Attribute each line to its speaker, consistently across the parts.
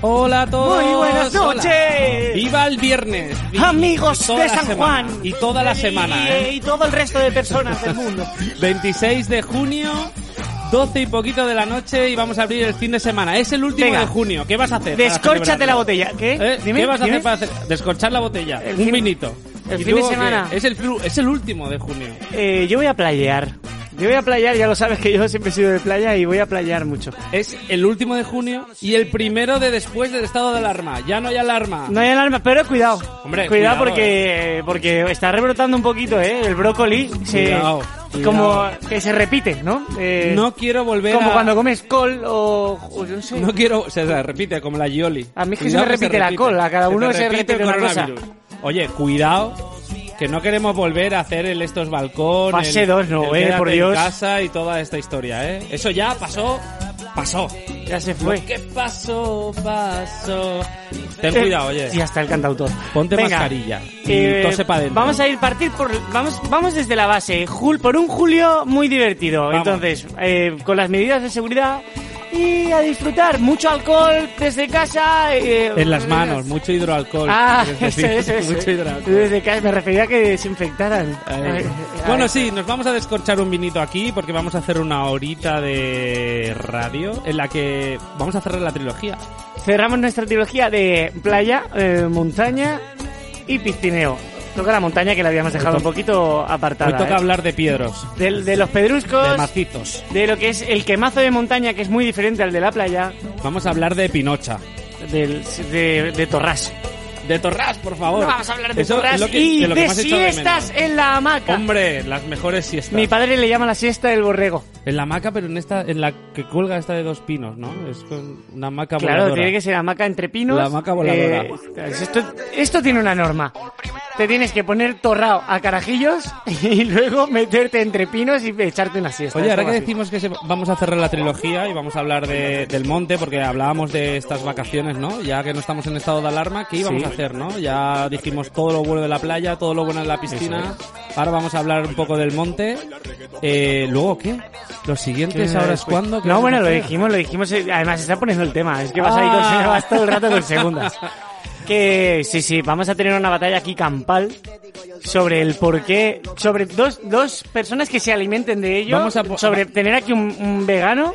Speaker 1: Hola a todos.
Speaker 2: Muy buenas
Speaker 1: Hola.
Speaker 2: noches.
Speaker 1: Viva el viernes. Vi-
Speaker 2: Amigos
Speaker 1: toda
Speaker 2: de
Speaker 1: la
Speaker 2: San
Speaker 1: semana.
Speaker 2: Juan.
Speaker 1: Y toda la
Speaker 2: Y-
Speaker 1: semana, ¿eh?
Speaker 2: Y todo el resto de personas del mundo.
Speaker 1: 26 de junio, 12 y poquito de la noche y vamos a abrir el fin de semana. Es el último
Speaker 2: Venga.
Speaker 1: de junio. ¿Qué vas a hacer? para
Speaker 2: Descórchate la
Speaker 1: celebrarlo?
Speaker 2: botella. ¿Qué?
Speaker 1: ¿Eh?
Speaker 2: Dime,
Speaker 1: ¿Qué vas a
Speaker 2: dime.
Speaker 1: hacer para hacer- descorchar la botella?
Speaker 2: El
Speaker 1: Un
Speaker 2: fin-
Speaker 1: vinito.
Speaker 2: el
Speaker 1: ¿Y
Speaker 2: fin de
Speaker 1: luego qué?
Speaker 2: semana.
Speaker 1: Es el, fru- es el último de junio.
Speaker 2: Eh, yo voy a playar. Yo voy a playar, ya lo sabes que yo siempre he sido de playa y voy a playar mucho.
Speaker 1: Es el último de junio y el primero de después del estado de alarma. Ya no hay alarma.
Speaker 2: No hay alarma, pero cuidado.
Speaker 1: Hombre,
Speaker 2: cuidado,
Speaker 1: cuidado, eh.
Speaker 2: porque porque está rebrotando un poquito, ¿eh? El brócoli se
Speaker 1: Cuidado,
Speaker 2: como
Speaker 1: cuidado.
Speaker 2: que se repite, ¿no? Eh,
Speaker 1: No quiero volver
Speaker 2: como
Speaker 1: a...
Speaker 2: cuando comes col o, o yo no sé.
Speaker 1: No quiero, o sea, se repite como la Yoli.
Speaker 2: A mí es que se me repite la cola, a cada uno se repite
Speaker 1: el
Speaker 2: una cosa.
Speaker 1: coronavirus. Oye, cuidado, que no queremos volver a hacer el estos balcones.
Speaker 2: Fase dos, no, eh, por Dios.
Speaker 1: casa y toda esta historia, eh. Eso ya pasó, pasó.
Speaker 2: Ya se fue.
Speaker 1: Lo que pasó, pasó. Ten
Speaker 2: Eh,
Speaker 1: cuidado, oye.
Speaker 2: Y hasta el cantautor. eh,
Speaker 1: Ponte mascarilla y tose pa' dentro.
Speaker 2: Vamos a ir partir por. Vamos, vamos desde la base. Jul, por un julio muy divertido.
Speaker 1: Vamos.
Speaker 2: Entonces, eh, con las medidas de seguridad y a disfrutar. Mucho alcohol desde casa. eh,
Speaker 1: En las manos, mucho hidroalcohol.
Speaker 2: Ah,
Speaker 1: quieres
Speaker 2: eso,
Speaker 1: decir.
Speaker 2: eso, eso.
Speaker 1: Mucho hidroalcohol.
Speaker 2: Desde casa me refería a que desinfectaran.
Speaker 1: Ahí.
Speaker 2: Ay,
Speaker 1: Eh, Bueno,
Speaker 2: ay.
Speaker 1: sí, nos vamos a descorchar un vinito aquí porque vamos a hacer una horita de radio en la que vamos a cerrar la trilogía.
Speaker 2: Cerramos nuestra trilogía de playa, eh, montaña y piscineo. Toca la montaña que la habíamos dejado un
Speaker 1: toca-
Speaker 2: poquito
Speaker 1: Hoy
Speaker 2: apartada.
Speaker 1: toca
Speaker 2: ¿eh?
Speaker 1: hablar de piedros,
Speaker 2: Del- de, los pedruscos,
Speaker 1: de
Speaker 2: de,
Speaker 1: macizos.
Speaker 2: lo que es el quemazo de montaña, que es muy diferente al de la playa,
Speaker 1: Vamos a hablar de Pinocha.
Speaker 2: del, de, de Torrás.
Speaker 1: De Torras, por favor.
Speaker 2: No vamos a hablar de
Speaker 1: Eso es
Speaker 2: Torrás
Speaker 1: lo que-
Speaker 2: y
Speaker 1: de
Speaker 2: de,
Speaker 1: lo que más he echado de
Speaker 2: siestas en la hamaca.
Speaker 1: Hombre, las mejores siestas.
Speaker 2: Mi padre le llama la siesta del borrego.
Speaker 1: En la hamaca, pero en esta, en la que cuelga esta de dos pinos, ¿no? Es con una hamaca
Speaker 2: Claro,
Speaker 1: voladora.
Speaker 2: tiene que ser hamaca entre pinos.
Speaker 1: La hamaca voladora.
Speaker 2: Eh, esto, esto tiene una norma. Te tienes que poner torrao a carajillos y luego meterte entre pinos y echarte una siesta.
Speaker 1: Oye, ahora
Speaker 2: Algo
Speaker 1: que
Speaker 2: así.
Speaker 1: decimos que se- vamos a cerrar la trilogía y vamos a hablar de- del monte, porque hablábamos de estas vacaciones, ¿no? Ya que no estamos en estado de alarma, ¿qué íbamos
Speaker 2: Sí.
Speaker 1: a hacer, no? Ya dijimos todo lo bueno de la playa, todo lo bueno de la piscina. Ahora vamos a hablar un poco del monte. Eh, ¿Luego qué? ¿Los siguientes Pues ahora es cuándo? ¿Qué
Speaker 2: Pues, No,
Speaker 1: vamos
Speaker 2: bueno,
Speaker 1: a
Speaker 2: lo
Speaker 1: hacer?
Speaker 2: dijimos, lo dijimos. eh, Además, está poniendo el tema. Es que vas ahí
Speaker 1: Ah.
Speaker 2: con, vas todo el rato con segundas. Que sí, sí, vamos a tener una batalla aquí campal sobre el por qué, sobre dos, dos personas que se alimenten de ello,
Speaker 1: Vamos a po-
Speaker 2: sobre tener aquí un, un vegano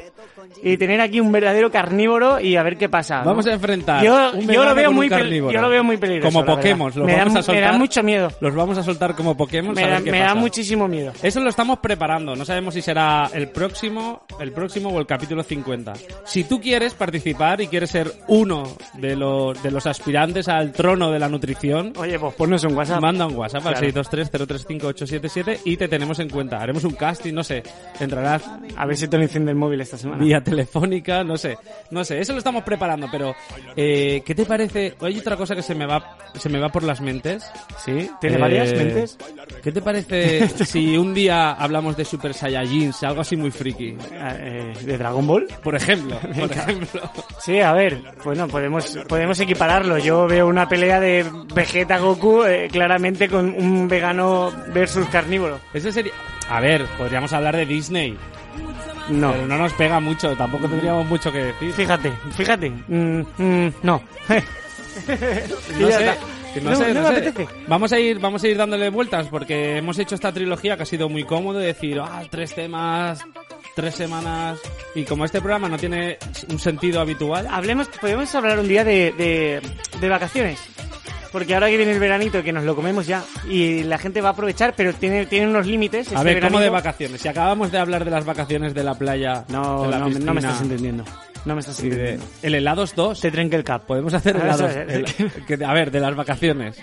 Speaker 2: y tener aquí un verdadero carnívoro y a ver qué pasa. ¿no?
Speaker 1: Vamos a enfrentar.
Speaker 2: Yo,
Speaker 1: un
Speaker 2: yo
Speaker 1: vegano
Speaker 2: lo veo
Speaker 1: con un
Speaker 2: muy pel-
Speaker 1: carnívoro.
Speaker 2: yo lo veo muy peligroso.
Speaker 1: Como
Speaker 2: la verdad.
Speaker 1: Pokémon. Los
Speaker 2: me, da,
Speaker 1: vamos
Speaker 2: mu-
Speaker 1: a soltar.
Speaker 2: me da mucho miedo.
Speaker 1: Los vamos a soltar como Pokémon.
Speaker 2: Me
Speaker 1: a ver
Speaker 2: da,
Speaker 1: qué
Speaker 2: me da
Speaker 1: pasa.
Speaker 2: muchísimo miedo.
Speaker 1: Eso lo estamos preparando, no sabemos si será el próximo, el próximo o el capítulo 50. Si tú quieres participar y quieres ser uno de los, de los aspirantes al trono de la nutrición,
Speaker 2: Oye, pues ponnos un WhatsApp.
Speaker 1: manda un WhatsApp al
Speaker 2: Claro.
Speaker 1: 623-035-877 y te tenemos en cuenta. Haremos un casting, no sé, entrarás
Speaker 2: A ver si te lo enciende el móvil esta semana.
Speaker 1: vía telefónica, no sé, no sé, eso lo estamos preparando, pero eh, ¿qué te parece? Hay otra cosa que se me va, se me va por las mentes.
Speaker 2: ¿Sí? ¿Tiene
Speaker 1: Eh,
Speaker 2: varias mentes?
Speaker 1: ¿Qué te parece si un día hablamos de Super Saiyajins, algo así muy friki?
Speaker 2: Eh, ¿De Dragon Ball?
Speaker 1: Por ejemplo, por ejemplo.
Speaker 2: Sí, a ver, bueno, podemos, podemos equipararlo. Yo veo una pelea de Vegeta Goku eh, claramente con un vegano versus carnívoro.
Speaker 1: Ese sería... A ver, podríamos hablar de Disney,
Speaker 2: No.
Speaker 1: pero no nos pega mucho, tampoco tendríamos mucho que decir.
Speaker 2: Eh, Fíjate, fíjate. Mm, mm, no.
Speaker 1: No
Speaker 2: Y ya
Speaker 1: sé,
Speaker 2: está.
Speaker 1: que no
Speaker 2: No,
Speaker 1: sé,
Speaker 2: no
Speaker 1: no
Speaker 2: me
Speaker 1: sé.
Speaker 2: apetece.
Speaker 1: Vamos a ir, vamos a ir dándole vueltas porque hemos hecho esta trilogía que ha sido muy cómodo de decir, ah, tres temas, tres semanas y como este programa no tiene un sentido habitual, ah,
Speaker 2: Hablemos, podemos hablar un día de, de, de vacaciones. Porque ahora que viene el veranito, que nos lo comemos ya, y la gente va a aprovechar, pero tiene, tiene unos límites.
Speaker 1: A
Speaker 2: este
Speaker 1: ver, ¿cómo
Speaker 2: veranito.
Speaker 1: de vacaciones? Si acabamos de hablar de las vacaciones de la playa,
Speaker 2: No,
Speaker 1: de la
Speaker 2: no, me- no me estás
Speaker 1: piscina
Speaker 2: entendiendo. No me estás
Speaker 1: y de-
Speaker 2: entendiendo.
Speaker 1: El helados 2.
Speaker 2: Te trenque el cap.
Speaker 1: Podemos hacer
Speaker 2: Ah,
Speaker 1: helados.
Speaker 2: eso es.
Speaker 1: el- que- a ver, de las vacaciones.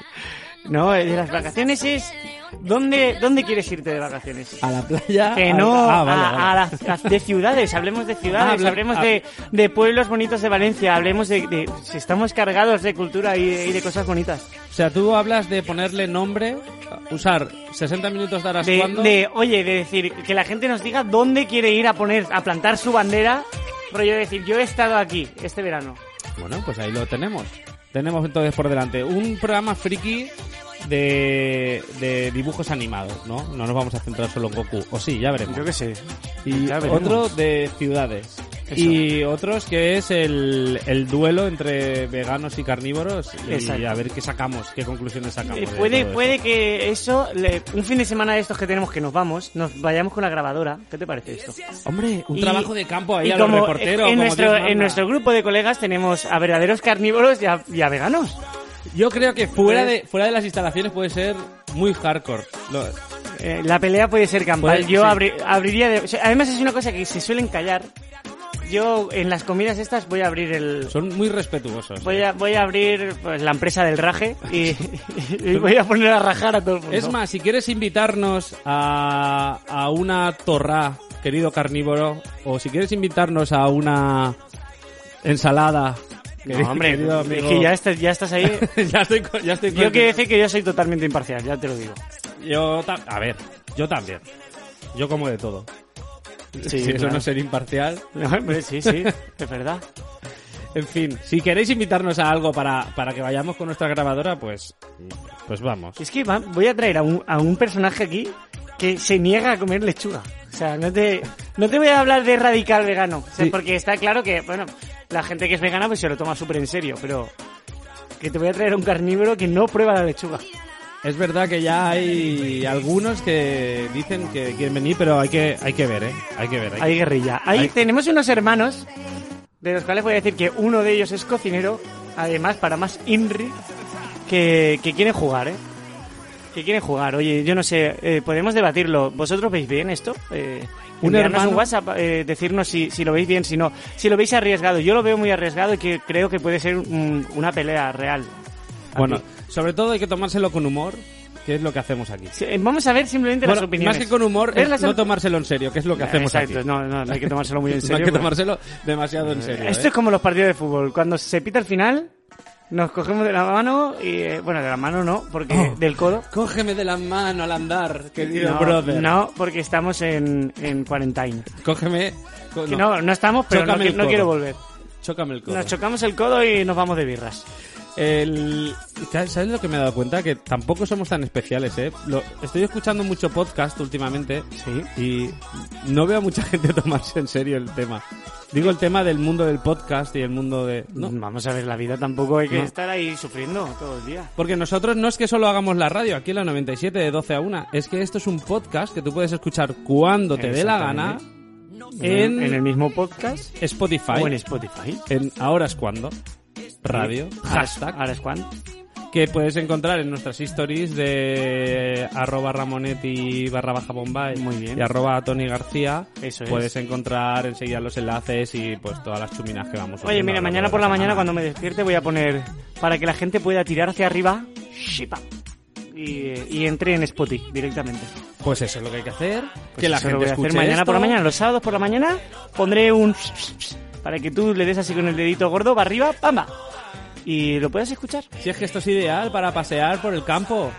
Speaker 2: No, el de las vacaciones es ¿dónde, dónde quieres irte de vacaciones?
Speaker 1: A la playa.
Speaker 2: Que
Speaker 1: al-
Speaker 2: no,
Speaker 1: Ah, vale,
Speaker 2: a-
Speaker 1: vale.
Speaker 2: a, las- las de ciudades, hablemos de ciudades,
Speaker 1: Ah, habla-
Speaker 2: hablemos
Speaker 1: ah.
Speaker 2: de, de pueblos bonitos de Valencia, hablemos de, de- si estamos cargados de cultura y de, y de cosas bonitas.
Speaker 1: O sea, tú hablas de ponerle nombre, usar 60 minutos de horas
Speaker 2: De,
Speaker 1: cuando.
Speaker 2: de, oye, de decir, que la gente nos diga dónde quiere ir a poner, a plantar su bandera, rollo de decir, yo he estado aquí este verano.
Speaker 1: Bueno, pues ahí lo tenemos. Tenemos entonces por delante un programa friki de, de dibujos animados, ¿no?
Speaker 2: Eh,
Speaker 1: No nos vamos a centrar solo en Goku. O sí, ya veremos.
Speaker 2: sé.
Speaker 1: Y
Speaker 2: Ya veremos.
Speaker 1: otro de ciudades. Y otros que es el, el duelo entre veganos y carnívoros y
Speaker 2: Exacto.
Speaker 1: a ver qué sacamos, qué conclusiones sacamos. de
Speaker 2: Eh, puede,
Speaker 1: todo
Speaker 2: puede que eso, le- un fin de semana de estos que tenemos que nos vamos, nos vayamos con la grabadora. ¿Qué te parece esto?
Speaker 1: esto. Hombre, un
Speaker 2: Y-
Speaker 1: trabajo de campo ahí
Speaker 2: y
Speaker 1: a los
Speaker 2: como
Speaker 1: reporteros.
Speaker 2: En,
Speaker 1: como
Speaker 2: nuestro,
Speaker 1: Dios manda.
Speaker 2: en nuestro grupo de colegas tenemos a verdaderos carnívoros y a, y a veganos.
Speaker 1: Yo creo que fuera de, fuera de las instalaciones puede ser muy hardcore. Lo-
Speaker 2: Eh, la pelea puede ser campal.
Speaker 1: Puede-
Speaker 2: Yo
Speaker 1: sí.
Speaker 2: abri- abriría... de- o sea, además es una cosa que se suelen callar. Yo en las comidas estas voy a abrir el...
Speaker 1: son muy respetuosos. ¿eh?
Speaker 2: Voy a, voy a abrir pues, la empresa del raje y, y voy a poner a rajar a todo el mundo.
Speaker 1: Es más, si quieres invitarnos a, a una torrá, querido carnívoro, o si quieres invitarnos a una ensalada, querido-
Speaker 2: No, hombre,
Speaker 1: querido amigo-
Speaker 2: es que ya estás, ya estás ahí.
Speaker 1: ya estoy, co- ya estoy
Speaker 2: Yo
Speaker 1: con-
Speaker 2: quiero decir que yo soy totalmente imparcial, ya te lo digo.
Speaker 1: Yo ta- a ver, yo también. Yo como de todo. si eso
Speaker 2: claro.
Speaker 1: no es ser imparcial.
Speaker 2: No, hombre, sí, sí, es verdad.
Speaker 1: En fin, si queréis invitarnos a algo para, para que vayamos con nuestra grabadora, pues, pues vamos.
Speaker 2: Es que va- voy a traer a un, a un personaje aquí que se niega a comer lechuga. O sea, no te, no te voy a hablar de radical vegano. O sea,
Speaker 1: Sí.
Speaker 2: Porque está claro que, bueno, la gente que es vegana pues se lo toma súper en serio, pero que te voy a traer a un carnívoro que no prueba la lechuga.
Speaker 1: Es verdad que ya hay algunos que dicen que quieren venir, pero hay que, hay que ver, ¿eh? Hay que ver. hay que-
Speaker 2: Hay guerrilla. Ahí
Speaker 1: Hay-
Speaker 2: tenemos unos hermanos, de los cuales voy a decir que uno de ellos es cocinero, además, para más INRI, que, que quieren jugar, ¿eh? Que quieren jugar. Oye, yo no sé, eh, podemos debatirlo. ¿Vosotros veis bien esto? Eh,
Speaker 1: Un
Speaker 2: enviarnos
Speaker 1: hermano-
Speaker 2: un WhatsApp, eh, decirnos si, si lo veis bien, si no. Si lo veis arriesgado. Yo lo veo muy arriesgado y que creo que puede ser un- una pelea real.
Speaker 1: Bueno,
Speaker 2: Aquí.
Speaker 1: sobre todo hay que tomárselo con humor, que es lo que hacemos aquí.
Speaker 2: Sí, eh, Vamos a ver simplemente
Speaker 1: Bueno,
Speaker 2: las opiniones.
Speaker 1: más que con humor,
Speaker 2: ¿Ves
Speaker 1: es
Speaker 2: las
Speaker 1: no
Speaker 2: op- Eh,
Speaker 1: tomárselo en serio, que es lo que hacemos
Speaker 2: Exacto,
Speaker 1: aquí.
Speaker 2: No, no, no hay que tomárselo muy en
Speaker 1: no
Speaker 2: serio.
Speaker 1: hay que
Speaker 2: porque-
Speaker 1: tomárselo demasiado en serio.
Speaker 2: Esto
Speaker 1: ¿eh?
Speaker 2: es como los partidos de fútbol. Cuando se pita el final, nos cogemos de la mano y... eh, bueno, de la mano no, porque...
Speaker 1: Oh.
Speaker 2: Del codo.
Speaker 1: Cógeme de la mano al andar, querido
Speaker 2: no,
Speaker 1: brother.
Speaker 2: no, porque estamos en, en quarantine.
Speaker 1: Cógeme. co-
Speaker 2: Que No. no, estamos, pero no,
Speaker 1: Chócame
Speaker 2: qui-
Speaker 1: el
Speaker 2: no
Speaker 1: codo.
Speaker 2: quiero volver.
Speaker 1: Chócame el codo.
Speaker 2: Nos chocamos el codo y nos vamos de birras.
Speaker 1: El- ¿Sabes lo que me he dado cuenta? Que tampoco somos tan especiales, ¿eh? Lo- Estoy escuchando mucho podcast últimamente
Speaker 2: Sí.
Speaker 1: y no veo a mucha gente tomarse en serio el tema. Digo el tema del mundo del podcast y el mundo de... No,
Speaker 2: Vamos a ver, la vida tampoco hay que
Speaker 1: No.
Speaker 2: estar ahí sufriendo todo el día.
Speaker 1: Porque nosotros no es que solo hagamos la radio aquí en la 97 de 12 a 1, es que esto es un podcast que tú puedes escuchar cuando te dé la gana en,
Speaker 2: En, en el mismo podcast
Speaker 1: Spotify.
Speaker 2: o en Spotify.
Speaker 1: en ahora es cuando radio
Speaker 2: Ahora-
Speaker 1: hashtag
Speaker 2: Ahora es cuando.
Speaker 1: que puedes encontrar en nuestras stories de eh, arroba ramonetti barra baja bombay
Speaker 2: Muy bien.
Speaker 1: y arroba tony garcía
Speaker 2: Eso es.
Speaker 1: puedes encontrar enseguida los enlaces y pues todas las chuminas que vamos
Speaker 2: Oye,
Speaker 1: subiendo
Speaker 2: mira,
Speaker 1: a lo largo
Speaker 2: mañana
Speaker 1: de
Speaker 2: por la mañana
Speaker 1: semana.
Speaker 2: cuando me despierte voy a poner para que la gente pueda tirar hacia arriba ship up, y, eh, y entre en Spotify directamente.
Speaker 1: pues eso es lo que hay que hacer
Speaker 2: Pues
Speaker 1: que la
Speaker 2: eso
Speaker 1: gente
Speaker 2: lo voy a
Speaker 1: escuche
Speaker 2: hacer mañana
Speaker 1: esto.
Speaker 2: por la mañana, los sábados por la mañana pondré un para que tú le des así con el dedito gordo para arriba, pamba. Y lo puedas escuchar.
Speaker 1: si es que esto es ideal para pasear por el campo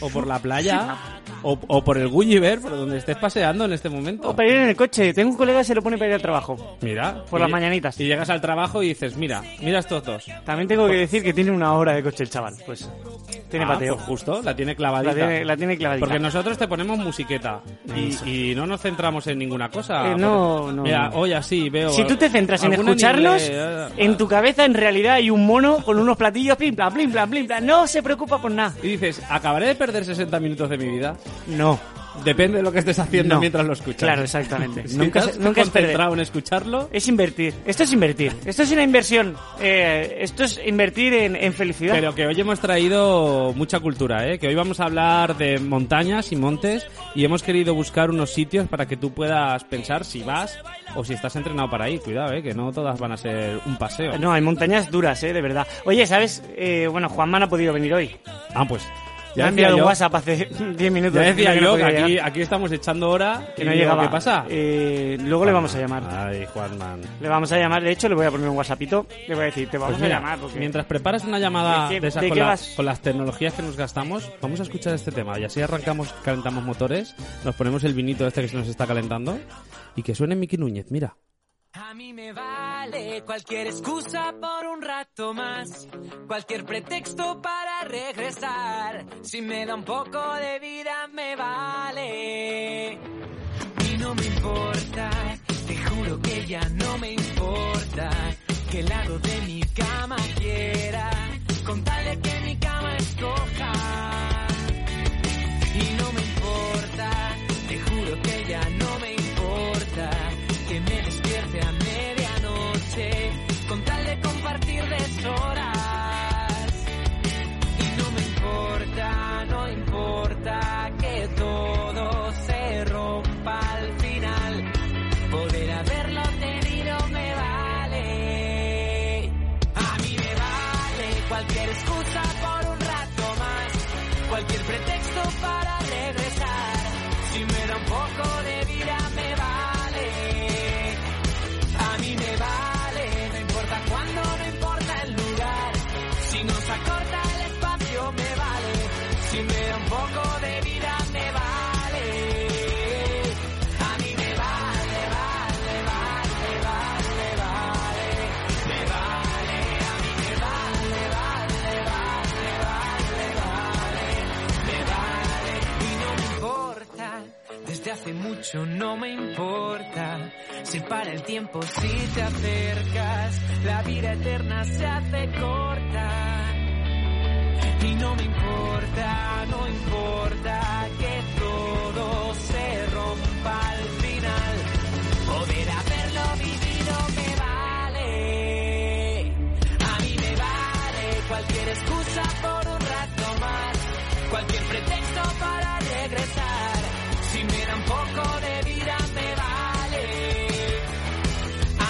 Speaker 1: o por la playa o, o por el Gulliver por donde estés paseando en este momento
Speaker 2: O para ir en el coche, tengo un colega que se lo pone para ir al trabajo.
Speaker 1: mira
Speaker 2: Por
Speaker 1: y-
Speaker 2: las mañanitas.
Speaker 1: y llegas al trabajo y dices mira mira estos dos
Speaker 2: También tengo que decir que tiene una hora de coche el chaval, pues tiene
Speaker 1: Ah,
Speaker 2: pateo.
Speaker 1: pues justo, la tiene
Speaker 2: La
Speaker 1: clavadita.
Speaker 2: tiene, la tiene clavadita.
Speaker 1: Porque nosotros te ponemos musiqueta y, y no nos centramos en ninguna cosa.
Speaker 2: Eh, no, no,
Speaker 1: Mira,
Speaker 2: no.
Speaker 1: hoy así veo.
Speaker 2: Si tú te centras en
Speaker 1: algún
Speaker 2: escucharlos,
Speaker 1: inglés, eh,
Speaker 2: en tu cabeza en realidad hay un mono con unos platillos, plim, plam, plim, plam, plim, plam. No se preocupa por nada.
Speaker 1: Y dices, acabaré de perder 60 minutos de mi vida.
Speaker 2: No.
Speaker 1: Depende de lo que estés haciendo
Speaker 2: No.
Speaker 1: mientras lo escuchas.
Speaker 2: Claro, exactamente.
Speaker 1: Si
Speaker 2: nunca
Speaker 1: estás
Speaker 2: se- nunca es perder.
Speaker 1: concentrado en escucharlo.
Speaker 2: Es invertir. Esto es invertir. Esto es una inversión. Eh, esto es invertir en, en felicidad.
Speaker 1: Pero que hoy hemos traído mucha cultura, ¿eh? que hoy vamos a hablar de montañas y montes y hemos querido buscar unos sitios para que tú puedas pensar si vas o si estás entrenado para ir. Cuidado, ¿eh? que no todas van a ser un paseo.
Speaker 2: No, hay montañas duras, eh, de verdad. Oye, ¿sabes? Eh, bueno, Juanma no ha podido venir hoy.
Speaker 1: Ah, pues.
Speaker 2: Me ha enviado un WhatsApp hace 10 minutos.
Speaker 1: ya decía
Speaker 2: que
Speaker 1: yo
Speaker 2: no
Speaker 1: que
Speaker 2: podía
Speaker 1: aquí,
Speaker 2: llegar,
Speaker 1: aquí estamos echando hora y
Speaker 2: que no
Speaker 1: digo,
Speaker 2: llegaba.
Speaker 1: ¿Qué pasa?
Speaker 2: Eh, luego le vamos a llamar.
Speaker 1: Ay, Juanman.
Speaker 2: Le vamos a llamar. De hecho, le voy a poner un WhatsAppito. Le voy a decir, te vamos
Speaker 1: Pues mira,
Speaker 2: a llamar. Porque...
Speaker 1: mientras preparas una llamada
Speaker 2: ¿De qué-
Speaker 1: de esas
Speaker 2: de
Speaker 1: con,
Speaker 2: qué
Speaker 1: la-
Speaker 2: vas?
Speaker 1: con las tecnologías que nos gastamos, vamos a escuchar este tema y así arrancamos, calentamos motores, nos ponemos el vinito este que se nos está calentando y que suene Miki Núñez, mira.
Speaker 3: A mí me vale cualquier excusa por un rato más, cualquier pretexto para regresar. Si me da un poco de vida me vale. Y no me importa, te juro lo que ya no me importa. Que el lado de mi cama quiera, con tal de que mi cama escoja. Y no me importa, te juro que ya no me importa. Que me despierte a medianoche, con tal de compartir deshoras. Y no me importa, no importa que todo se rompa al final. Poder haberlo tenido me vale. A mí me vale cualquier excusa por un rato más. Cualquier pretexto para regresar. Si me da un poco de vida me vale. A mí me vale, no importa cuándo, no importa el lugar. Si nos acorta el espacio, me vale. Si me da un poco de vida, me vale. A mí me vale, vale, vale, vale, vale. Me vale, a mí me vale, vale, vale, vale, vale. Me vale y no me importa. Desde hace mucho no me importa. Se para el tiempo si te acercas. La vida eterna se hace corta. Y no me importa, no importa que todo se rompa al final. Poder haberlo vivido me vale. A mí me vale cualquier excusa por un rato más. Cualquier pretexto para regresar. Si me da un poco de vida me vale.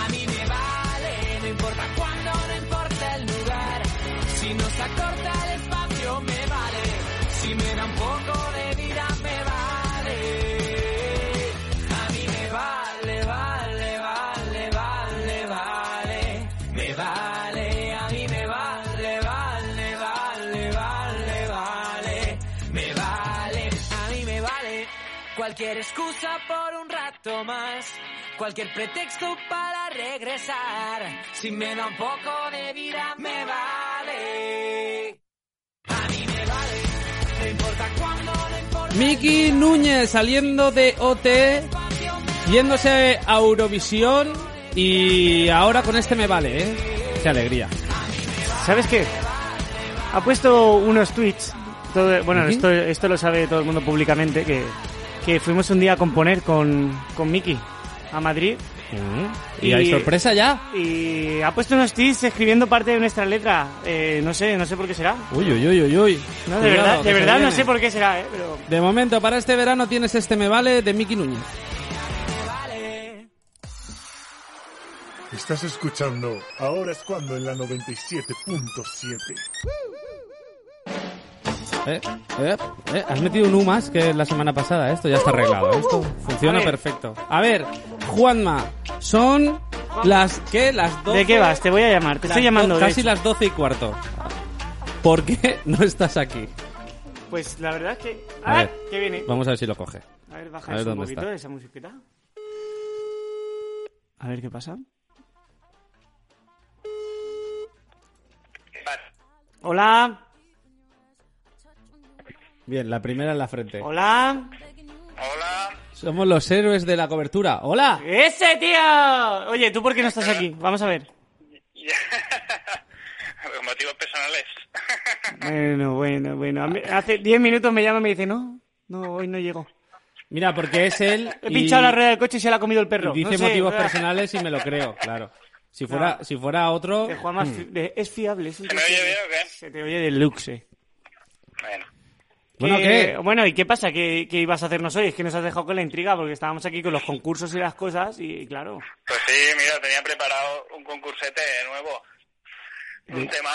Speaker 3: A mí me vale, no importa cuándo, no importa el lugar. Si nos acorta el espacio, me vale. Si me da un poco de vida, me vale. A mí me vale, vale, vale, vale, vale. Me vale, a mí me vale, vale, vale, vale, vale. Me vale, a mí me vale. Cualquier excusa por un rato más, cualquier pretexto para regresar. Si me da un poco de vida, me vale. A mí me vale, no importa cuándo, no importa.
Speaker 1: Miki Núñez saliendo de OT, yéndose a Eurovisión y ahora con este me vale, ¿eh? Qué alegría.
Speaker 2: ¿Sabes qué? Ha puesto unos tweets. todo- bueno,
Speaker 1: Ujú.
Speaker 2: esto, esto lo sabe todo el mundo públicamente. Que, que fuimos un día a componer con, con Miki a Madrid.
Speaker 1: Mm, Y hay
Speaker 2: Y-
Speaker 1: sorpresa ya.
Speaker 2: Y ha puesto unos tweets escribiendo parte de nuestra letra. Eh, no sé, no sé por qué será.
Speaker 1: Uy, uy, uy, uy, uy.
Speaker 2: No, de
Speaker 1: Cuidado,
Speaker 2: verdad,
Speaker 1: que
Speaker 2: de
Speaker 1: se
Speaker 2: verdad no
Speaker 1: viene.
Speaker 2: sé por qué será, eh, pero.
Speaker 1: De momento, para este verano tienes este me vale de Miki Núñez.
Speaker 4: Estás escuchando Ahora es cuando en la 97.7.
Speaker 1: Eh, eh, eh, Has metido un U más que la semana pasada. Esto ya está arreglado. ¿eh? Esto funciona
Speaker 2: A ver.
Speaker 1: perfecto. A ver, Juanma, son las que las 12.
Speaker 2: ¿De qué vas? Te voy a llamar. Te
Speaker 1: las
Speaker 2: estoy llamando.
Speaker 1: do-
Speaker 2: de
Speaker 1: Casi
Speaker 2: hecho.
Speaker 1: las 12 y cuarto. ¿Por qué no estás aquí?
Speaker 2: Pues la verdad es que.
Speaker 1: A
Speaker 2: ¡Ah!
Speaker 1: ver.
Speaker 2: Que viene.
Speaker 1: Vamos a ver si lo coge.
Speaker 2: A ver, baja
Speaker 1: A ver
Speaker 2: eso un
Speaker 1: dónde
Speaker 2: poquito
Speaker 1: está.
Speaker 2: de esa musiquita. A ver qué pasa. Hola,
Speaker 1: Bien, la primera en la frente.
Speaker 2: hola.
Speaker 1: Somos los héroes de la cobertura. ¡Hola!
Speaker 2: ¡Ese tío! Oye, ¿tú por qué no estás aquí? Vamos a ver.
Speaker 5: Por motivos personales.
Speaker 2: Bueno, bueno, bueno. A mí- Hace 10 minutos me llama y me dice, no, no, hoy no llego.
Speaker 1: Mira, porque es él.
Speaker 2: He
Speaker 1: y-
Speaker 2: pinchado la rueda del coche y se la ha comido el perro.
Speaker 1: y dice
Speaker 2: No sé.
Speaker 1: motivos personales y me lo creo, claro. Si fuera, si fuera otro.
Speaker 2: De Juanma es
Speaker 1: Hmm.
Speaker 2: fi- de- es fiable. Es un
Speaker 5: ¿Se me
Speaker 2: tío
Speaker 5: oye
Speaker 2: fiable.
Speaker 5: bien o qué?
Speaker 2: Se te oye deluxe.
Speaker 5: Bueno,
Speaker 1: Bueno,
Speaker 2: Que-
Speaker 1: ¿qué?
Speaker 2: Bueno, ¿y qué pasa? ¿Qué, qué ibas a hacernos hoy? Es que nos has dejado con la intriga porque estábamos aquí con los concursos y las cosas y, claro.
Speaker 5: pues sí, mira, tenía preparado un concursete nuevo. Un tema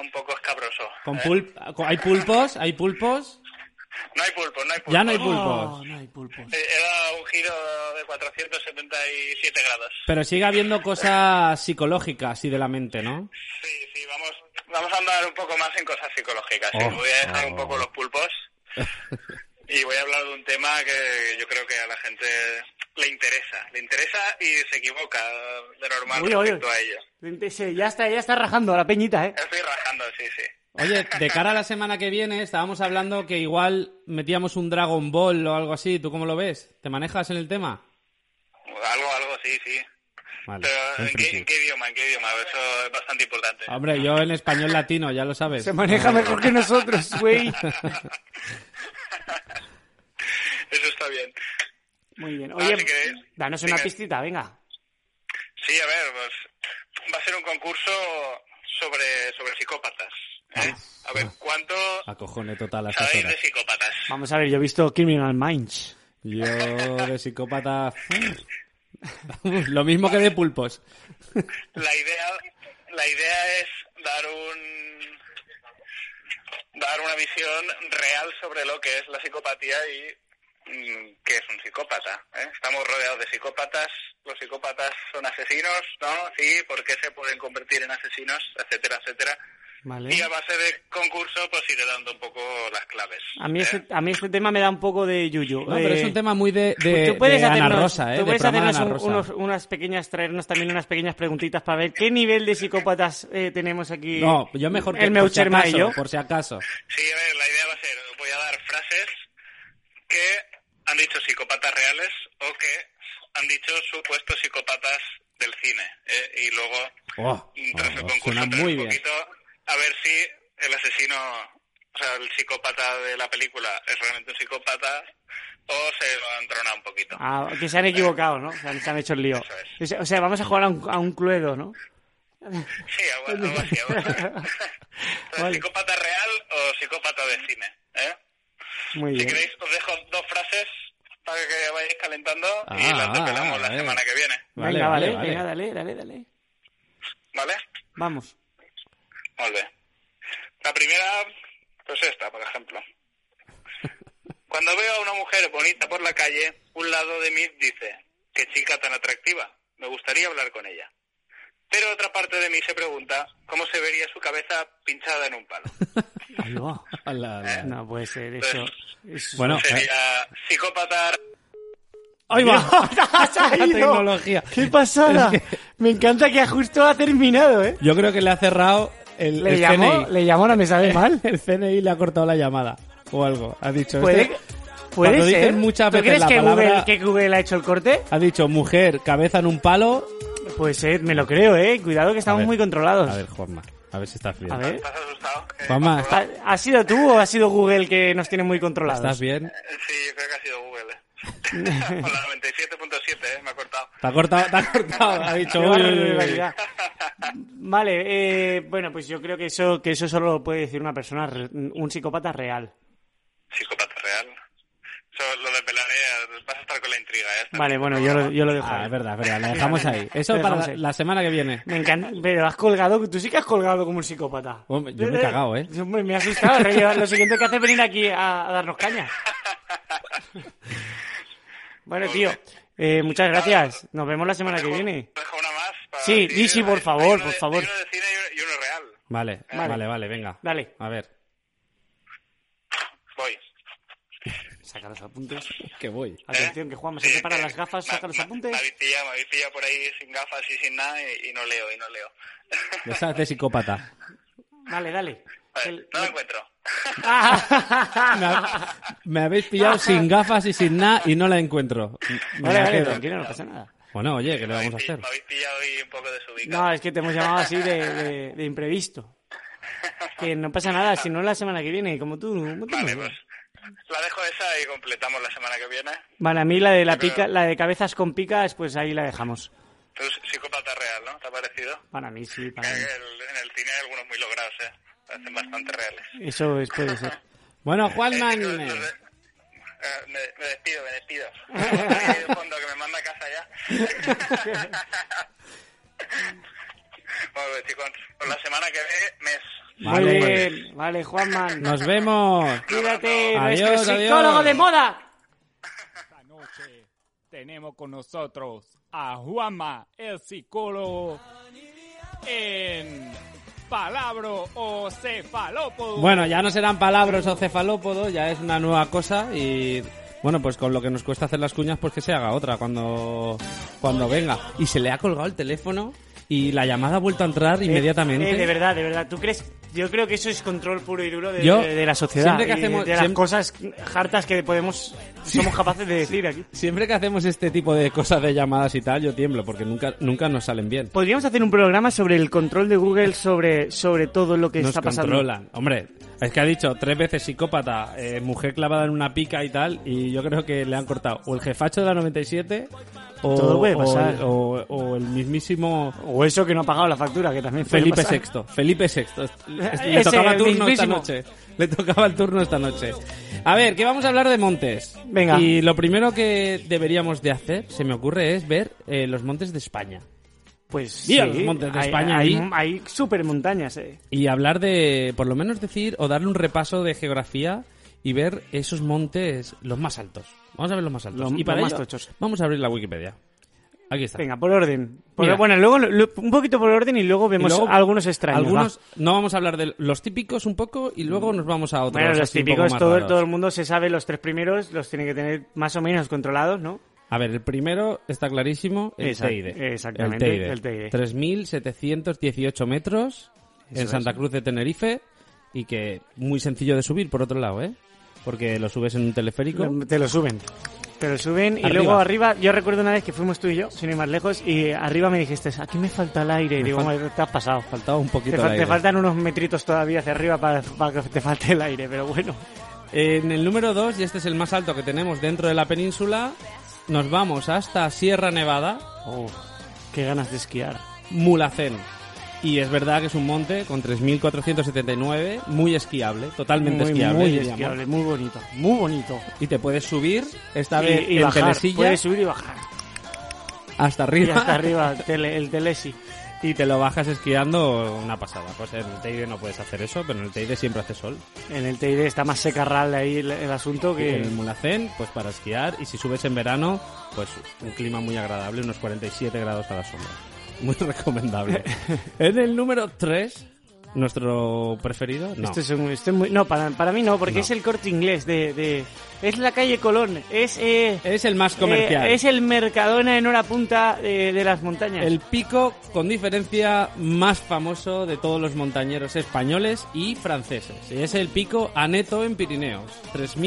Speaker 5: un poco escabroso.
Speaker 1: Con
Speaker 5: ¿eh?
Speaker 1: pulp- con- ¿Hay pulpos? ¿Hay pulpos?
Speaker 5: No hay pulpo, no hay pulpo.
Speaker 1: Ya no hay
Speaker 5: pulpo. Eh,
Speaker 1: pulpos.
Speaker 2: Oh, no hay pulpos.
Speaker 5: Era un giro de 477 grados.
Speaker 1: Pero sigue habiendo cosas psicológicas y de la mente, ¿no?
Speaker 5: Sí, sí, vamos, vamos a andar un poco más en cosas psicológicas. sí.
Speaker 1: Oh,
Speaker 5: Voy a dejar un
Speaker 1: oh.
Speaker 5: poco los pulpos y voy a hablar de un tema que yo creo que a la gente le interesa. Le interesa y se equivoca de normal
Speaker 2: Uy, uy, uy.
Speaker 5: respecto a ello.
Speaker 2: Vente, sí, Ya está, ya está rajando a la peñita, ¿eh?
Speaker 5: Estoy rajando, sí, sí.
Speaker 1: Oye, de cara a la semana que viene estábamos hablando que igual metíamos un Dragon Ball o algo así. ¿Tú cómo lo ves? ¿Te manejas en el tema?
Speaker 5: Pues Algo, algo, sí, sí.
Speaker 1: Vale, soy
Speaker 5: Pero, ¿en qué,
Speaker 1: friki.
Speaker 5: en qué idioma? ¿En qué idioma? Eso es bastante importante.
Speaker 1: Hombre, yo en español latino, ya lo sabes.
Speaker 2: Se maneja mejor que nosotros, güey.
Speaker 5: Eso está bien.
Speaker 2: Muy bien.
Speaker 5: Ah,
Speaker 2: Oye,
Speaker 5: si queréis,
Speaker 2: danos
Speaker 5: dime.
Speaker 2: una pistita, venga.
Speaker 5: Sí, a ver, pues va a ser un concurso sobre, sobre psicópatas. ¿eh? A ver, ¿cuánto
Speaker 1: Acojone total Ah, a estas
Speaker 5: sabéis de
Speaker 1: horas.
Speaker 5: psópatas?
Speaker 2: Vamos a ver, yo he visto Criminal Minds.
Speaker 1: Yo de psicópata... lo mismo que de pulpos.
Speaker 5: La idea, la idea es dar un dar una visión real sobre lo que es la psicopatía y mm, qué es un psicópata. ¿eh? Estamos rodeados de psicópatas, los psicópatas son asesinos, ¿no? Sí, ¿por qué se pueden convertir en asesinos? Etcétera, etcétera.
Speaker 2: Vale.
Speaker 5: Y a base de concurso, pues iré dando un poco las claves.
Speaker 2: A mí,
Speaker 5: ¿eh?
Speaker 2: este, a mí este tema me da un poco de yuyo.
Speaker 1: No, pero es
Speaker 2: Eh,
Speaker 1: un tema muy de, de,
Speaker 2: Pues tú puedes
Speaker 1: de Ana
Speaker 2: hacernos-
Speaker 1: Rosa, ¿eh?
Speaker 2: tú
Speaker 1: De
Speaker 2: puedes
Speaker 1: programa de
Speaker 2: hacernos
Speaker 1: Ana
Speaker 2: un-
Speaker 1: Rosa.
Speaker 2: unos- unas pequeñas, traernos también unas pequeñas preguntitas para ver qué nivel de psicópatas eh, tenemos aquí.
Speaker 1: No, yo mejor que
Speaker 2: el
Speaker 1: por si
Speaker 2: Meucherma
Speaker 1: acaso,
Speaker 2: y yo.
Speaker 1: por si acaso.
Speaker 5: Sí, a ver, la idea va a ser, voy a dar frases que han dicho psicópatas reales o que han dicho supuestos psicópatas del cine. ¿eh? Y luego,
Speaker 1: Oh,
Speaker 5: tras el
Speaker 1: oh,
Speaker 5: concurso,
Speaker 1: suena
Speaker 5: entrar
Speaker 1: muy
Speaker 5: un
Speaker 1: bien.
Speaker 5: poquito a ver si el asesino, o sea, el psicópata de la película es realmente un psicópata o se lo han tronado un poquito.
Speaker 2: Ah, que se han equivocado, ¿no? Se han, se han hecho el lío.
Speaker 5: Eso
Speaker 2: O sea, vamos a jugar a un, a un cluedo, ¿no?
Speaker 5: Sí, algo, algo así. algo así. Entonces,
Speaker 2: Vale.
Speaker 5: ¿Psicópata real o psicópata de cine? ¿eh?
Speaker 2: Muy
Speaker 5: Si
Speaker 2: bien.
Speaker 5: queréis, os dejo dos frases para que vayáis calentando y
Speaker 1: Ah,
Speaker 5: las desvelamos
Speaker 1: ah,
Speaker 5: la
Speaker 1: vale.
Speaker 5: semana que viene.
Speaker 1: Vale,
Speaker 2: venga,
Speaker 1: vale,
Speaker 2: vale,
Speaker 1: vale.
Speaker 2: venga, dale, dale, dale.
Speaker 5: ¿Vale?
Speaker 2: Vamos.
Speaker 5: Muy bien. La primera, pues esta, por ejemplo. Cuando veo a una mujer bonita por la calle, un lado de mí dice, qué chica tan atractiva, me gustaría hablar con ella. Pero otra parte de mí se pregunta cómo se vería su cabeza pinchada en un palo.
Speaker 2: Ahí va.
Speaker 1: Hola, hola.
Speaker 2: No puede ser
Speaker 5: Pues
Speaker 2: eso. eso
Speaker 1: Bueno, eh,
Speaker 5: Sería psicópata
Speaker 1: ahí va.
Speaker 2: ¡Has
Speaker 1: La
Speaker 2: ido!
Speaker 1: tecnología.
Speaker 2: ¡Qué pasada! Me encanta que justo ha terminado, ¿eh?
Speaker 1: Yo creo que le ha cerrado el,
Speaker 2: Le
Speaker 1: el
Speaker 2: llamó,
Speaker 1: CNI.
Speaker 2: le llamó, no me sabe mal.
Speaker 1: El CNI le ha cortado la llamada o algo. Ha dicho.
Speaker 2: Puede,
Speaker 1: este-
Speaker 2: puede
Speaker 1: Cuando
Speaker 2: ser.
Speaker 1: dicen muchas
Speaker 2: ¿Tú
Speaker 1: veces
Speaker 2: crees
Speaker 1: la
Speaker 2: que, Google,
Speaker 1: palabra-
Speaker 2: que Google ha hecho el corte?
Speaker 1: Ha dicho mujer, cabeza en un palo.
Speaker 2: Puede ser, me lo creo, ¿eh? Cuidado que estamos
Speaker 1: ver,
Speaker 2: muy controlados.
Speaker 1: A ver, Juanma, a ver si estás bien.
Speaker 2: A ver.
Speaker 5: ¿Estás asustado? ¿Qué
Speaker 1: Juanma,
Speaker 5: pasa?
Speaker 1: ¿estás-
Speaker 2: ¿Ha, ha sido tú o ha sido Google que nos tiene muy controlados?
Speaker 1: ¿estás bien?
Speaker 5: Sí, yo creo que ha sido Google. eh. Con la 97.7, eh, me ha cortado.
Speaker 1: Te ha cortado, te ha cortado. Ha dicho.
Speaker 2: Qué
Speaker 1: uy, uy, uy, uy.
Speaker 2: barbaridad. Vale, eh, bueno, pues yo creo que eso que eso solo lo puede decir una persona, re- un psicópata real.
Speaker 5: Psicópata real. Eso lo desvelaré, eh, vas a estar con la intriga. eh, hasta el
Speaker 2: Vale,
Speaker 5: fin
Speaker 2: bueno,
Speaker 5: del
Speaker 2: yo lo,
Speaker 5: programa.
Speaker 2: yo lo dejo.
Speaker 1: Ah,
Speaker 2: ahí.
Speaker 1: es verdad, es verdad. La dejamos ahí. Eso
Speaker 2: Lo
Speaker 1: para
Speaker 2: dejamos
Speaker 1: la,
Speaker 2: ahí.
Speaker 1: la semana que viene.
Speaker 2: Me encanta, pero has colgado, tú sí que has colgado como un psicópata.
Speaker 1: Hombre, yo me he cagado, ¿eh?
Speaker 2: Hombre, me ha asustado. Rey, lo siguiente que hace es venir aquí a, a darnos caña. Bueno, tío, eh, muchas gracias. Nos vemos la semana que
Speaker 5: Dejo-
Speaker 2: viene.
Speaker 5: dejo una más. para
Speaker 2: Sí,
Speaker 5: ti,
Speaker 2: Gishi,
Speaker 5: eh,
Speaker 2: por
Speaker 5: hay
Speaker 2: favor,
Speaker 5: uno de-
Speaker 2: por favor.
Speaker 5: hay uno de cine y uno- y uno real.
Speaker 1: Vale,
Speaker 2: Vale.
Speaker 1: vale, vale, venga.
Speaker 2: Dale.
Speaker 1: A ver,
Speaker 5: Voy.
Speaker 2: Saca los apuntes.
Speaker 1: que voy.
Speaker 2: Atención, que Juan, se
Speaker 5: Sí,
Speaker 2: prepara
Speaker 5: eh,
Speaker 2: las gafas,
Speaker 5: ma-
Speaker 2: saca los
Speaker 5: ma-
Speaker 2: apuntes.
Speaker 5: Me habéis pillado, me habéis pillado por ahí sin gafas y sin nada y, y no leo, y no leo.
Speaker 1: Ya sabes de psicópata.
Speaker 2: Dale, dale.
Speaker 5: Vale,
Speaker 2: El-
Speaker 5: no lo encuentro.
Speaker 1: Me, ha- me habéis pillado sin gafas y sin nada y no la encuentro. Me
Speaker 2: Vale,
Speaker 1: la
Speaker 2: vale,
Speaker 1: quedo.
Speaker 2: tranquilo, no pasa nada.
Speaker 1: Bueno, oye, ¿qué le
Speaker 5: Me
Speaker 1: vamos a
Speaker 5: habéis pi-
Speaker 1: hacer?
Speaker 5: Me habéis pillado y un poco desubicado.
Speaker 2: No, es que te hemos llamado así de, de- de imprevisto. Que no pasa nada, si no la semana que viene, como tú. como tú.
Speaker 5: Vale, pues la dejo esa y completamos la semana que viene.
Speaker 2: Vale, a mí la de la
Speaker 5: Yo creo-
Speaker 2: pica, la de cabezas con picas, pues ahí la dejamos.
Speaker 5: Tú eres psicópata real, ¿no? ¿Te ha parecido?
Speaker 2: Para mí sí, para
Speaker 5: Creo
Speaker 2: mí.
Speaker 5: que el- en el cine hay algunos muy logrados, ¿eh? Parecen bastante reales.
Speaker 2: Eso es, puede ser.
Speaker 1: Bueno, Juanman.
Speaker 5: Yo- yo- eh, me, me despido, me despido. Ahí de fondo que me manda a casa ya. bueno, pues, chicos, por la semana que viene, mes.
Speaker 2: Muy
Speaker 1: Vale.
Speaker 2: bien, vale, Juanman.
Speaker 1: Nos vemos.
Speaker 2: Cuídate,
Speaker 1: Adiós,
Speaker 2: nuestro
Speaker 1: adiós.
Speaker 2: psicólogo de moda.
Speaker 6: Esta noche tenemos con nosotros a Juanma, el psicólogo, en Palabro o Cefalópodo.
Speaker 1: Bueno, ya no serán palabras o cefalópodo, ya es una nueva cosa y bueno, pues con lo que nos cuesta hacer las cuñas, pues que se haga otra cuando cuando venga. Y se le ha colgado el teléfono y la llamada ha vuelto a entrar
Speaker 2: Eh,
Speaker 1: inmediatamente.
Speaker 2: eh, de Eh, verdad, de verdad. ¿Tú crees Yo creo que eso es control puro y duro de,
Speaker 1: Yo-
Speaker 2: de la sociedad.
Speaker 1: siempre que
Speaker 2: y
Speaker 1: hacemos-
Speaker 2: de las
Speaker 1: siempre-
Speaker 2: cosas hartas que podemos somos capaces de decir aquí.
Speaker 1: Siempre que hacemos este tipo de cosas de llamadas y tal, yo tiemblo porque nunca, nunca nos salen bien.
Speaker 2: Podríamos hacer un programa sobre el control de Google sobre, sobre todo lo que
Speaker 1: Nos
Speaker 2: está pasando.
Speaker 1: controlan. Hombre, es que ha dicho tres veces psicópata, eh, mujer clavada en una pica y tal, y yo creo que le han cortado o el jefacho de la 97 o,
Speaker 2: Todo puede
Speaker 1: o-
Speaker 2: pasar.
Speaker 1: o- o el mismísimo
Speaker 2: O eso que no ha pagado la factura, que también puede
Speaker 1: Felipe
Speaker 2: pasar.
Speaker 1: VI. Felipe VI. Le-
Speaker 2: Ese,
Speaker 1: Le tocaba
Speaker 2: el
Speaker 1: turno esta
Speaker 2: mismísimo.
Speaker 1: noche. Le tocaba el turno esta noche. A ver, que vamos a hablar de montes.
Speaker 2: Venga.
Speaker 1: Y lo primero que deberíamos de hacer, se me ocurre, es ver eh, los montes de España.
Speaker 2: Pues
Speaker 1: Mira
Speaker 2: sí,
Speaker 1: los montes de
Speaker 2: hay-
Speaker 1: España
Speaker 2: hay,
Speaker 1: ahí.
Speaker 2: Hay, super montañas, eh.
Speaker 1: Y hablar de, por lo menos decir, o darle un repaso de geografía y ver esos montes, los más altos. Vamos a ver los más altos.
Speaker 2: Los-
Speaker 1: y para
Speaker 2: los más
Speaker 1: ello,
Speaker 2: tochos.
Speaker 1: vamos a abrir la Wikipedia. Aquí está.
Speaker 2: Venga, por orden. Por-
Speaker 1: Mira.
Speaker 2: bueno, luego lo- lo- un poquito por orden y luego
Speaker 1: Y
Speaker 2: vemos
Speaker 1: luego,
Speaker 2: algunos extraños.
Speaker 1: Algunos,
Speaker 2: va.
Speaker 1: no vamos a hablar de los típicos un poco y luego nos vamos a otros.
Speaker 2: Bueno, los
Speaker 1: así un poco
Speaker 2: típicos,
Speaker 1: más
Speaker 2: todo,
Speaker 1: raros.
Speaker 2: todo el mundo se sabe los tres primeros, los tiene que tener más o menos controlados, ¿no?
Speaker 1: A ver, el primero está clarísimo, el
Speaker 2: Exact-
Speaker 1: Teide.
Speaker 2: exactamente,
Speaker 1: el
Speaker 2: el
Speaker 1: Teide.
Speaker 2: Teide.
Speaker 1: 3.718 metros en Santa Cruz de Tenerife y que muy sencillo de subir, por otro lado, ¿eh? Porque lo subes en un teleférico.
Speaker 2: Lo- Te lo suben. Te lo suben y
Speaker 1: Arriba.
Speaker 2: luego arriba, yo recuerdo una vez que fuimos tú y yo, sin ir más lejos, y arriba me dijiste, aquí me falta el aire. Y
Speaker 1: Me
Speaker 2: digo,
Speaker 1: falta-
Speaker 2: "Madre, te has pasado.
Speaker 1: Faltaba un poquito
Speaker 2: Te,
Speaker 1: de
Speaker 2: fal- te
Speaker 1: aire.
Speaker 2: faltan unos metritos todavía hacia arriba para, para que te falte el aire, pero bueno.
Speaker 1: En el número 2, y este es el más alto que tenemos dentro de la península, nos vamos hasta Sierra Nevada,
Speaker 2: qué ganas de esquiar.
Speaker 1: Mulacén. Y es verdad que es un monte con 3.479, muy esquiable, totalmente
Speaker 2: muy,
Speaker 1: esquiable.
Speaker 2: muy
Speaker 1: diríamos.
Speaker 2: esquiable, muy bonito, muy bonito.
Speaker 1: Y te puedes subir, esta
Speaker 2: Y-
Speaker 1: vez
Speaker 2: y
Speaker 1: en
Speaker 2: bajar,
Speaker 1: telesilla,
Speaker 2: puedes subir y bajar.
Speaker 1: hasta
Speaker 2: Y
Speaker 1: arriba.
Speaker 2: hasta arriba, el tele- el telesi.
Speaker 1: y te lo bajas esquiando una pasada. Pues en el Teide no puedes hacer eso, pero en el Teide siempre hace sol.
Speaker 2: En el Teide está más secarral ahí el, el asunto
Speaker 1: Y
Speaker 2: que...
Speaker 1: En el Mulacén, pues para esquiar. Y si subes en verano, pues un clima muy agradable, unos 47 grados a la sombra. Muy recomendable. en el número 3, nuestro preferido. No.
Speaker 2: Esto este es un- esto es muy- no, para, para mí no, porque
Speaker 1: No.
Speaker 2: es el corte inglés de, de- Es la calle Colón, es... eh,
Speaker 1: Es el más comercial.
Speaker 2: eh, es el Mercadona en hora punta eh, de las montañas.
Speaker 1: El pico, con diferencia, más famoso de todos los montañeros españoles y franceses. Y Es el pico Aneto en Pirineos.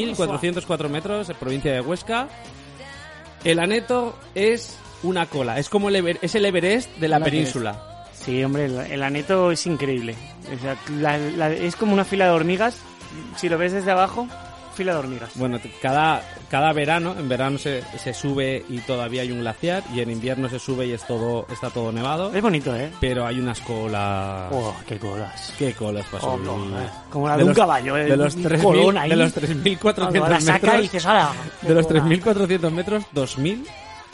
Speaker 1: 3.404 metros, en provincia de Huesca. El Aneto es una cola. Es como el, Ever- es el Everest de la
Speaker 2: El Everest.
Speaker 1: península.
Speaker 2: Sí, hombre, el, el aneto es increíble. O sea, la- la- es como una fila de hormigas. Si lo ves desde abajo, fila de hormigas.
Speaker 1: Bueno, t- cada, cada verano, en verano se, se sube y todavía hay un glaciar. Y en invierno se sube y es todo, está todo nevado.
Speaker 2: Es bonito, ¿eh?
Speaker 1: Pero hay unas colas...
Speaker 2: Oh, qué colas.
Speaker 1: Qué colas para
Speaker 2: Oh,
Speaker 1: subir.
Speaker 2: no, eh. Como la de un caballo, eh,
Speaker 1: De los
Speaker 2: un
Speaker 1: 3.000
Speaker 2: colón ahí.
Speaker 1: de los
Speaker 2: Cuando la
Speaker 1: 3.400
Speaker 2: saca y
Speaker 1: metros.
Speaker 2: dices, "Hala, qué
Speaker 1: De los
Speaker 2: cola".
Speaker 1: 3.400 metros, 2.000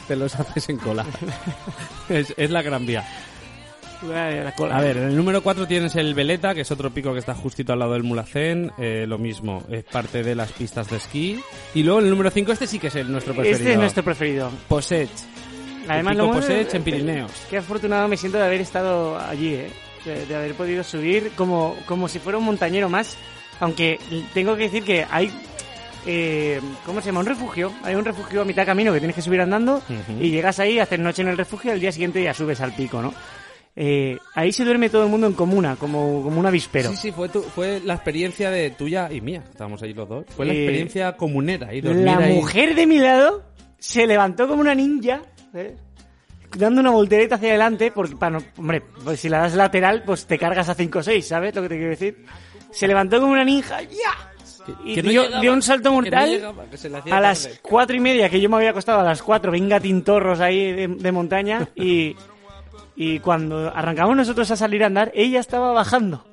Speaker 1: te los haces en cola. es, es la gran vía.
Speaker 2: Eh, la cola.
Speaker 1: A ver, en el número 4 tienes el Veleta, que es otro pico que está justito al lado del Mulacén. eh, lo mismo, es parte de las pistas de esquí. Y luego el número 5, este sí que es el nuestro preferido.
Speaker 2: Este es nuestro preferido.
Speaker 1: Posech.
Speaker 2: Además,
Speaker 1: Pico
Speaker 2: lo bueno-
Speaker 1: Posech en Pirineos.
Speaker 2: Qué afortunado me siento de haber estado allí, ¿eh? De, de haber podido subir como, como si fuera un montañero más. Aunque tengo que decir que hay... eh, ¿Cómo se llama? Un refugio. Hay un refugio a mitad camino que tienes que subir andando
Speaker 1: Ujú.
Speaker 2: y llegas ahí, haces noche en el refugio y al día siguiente ya subes al pico, ¿no? Eh, ahí se duerme todo el mundo en comuna, como, como un avispero.
Speaker 1: Sí, sí, fue, tu- fue la experiencia de tuya y mía. Estábamos ahí los dos. Fue la
Speaker 2: Eh,
Speaker 1: experiencia comunera. ir dormir
Speaker 2: La
Speaker 1: ahí.
Speaker 2: mujer de mi lado se levantó como una ninja, ¿eh? dando una voltereta hacia adelante, porque, para no- hombre, pues si la das lateral, pues te cargas a 5 o 6, ¿sabes lo que te quiero decir? Se levantó como una ninja, ¡ya! Y
Speaker 1: no
Speaker 2: dio,
Speaker 1: llegaba,
Speaker 2: dio un salto
Speaker 1: que no
Speaker 2: mortal
Speaker 1: llegaba, que se le hacía
Speaker 2: a las
Speaker 1: tarde.
Speaker 2: cuatro y media, que yo me había acostado a las cuatro, venga tintorros ahí de, de montaña, y, y cuando arrancamos nosotros a salir a andar, ella estaba bajando.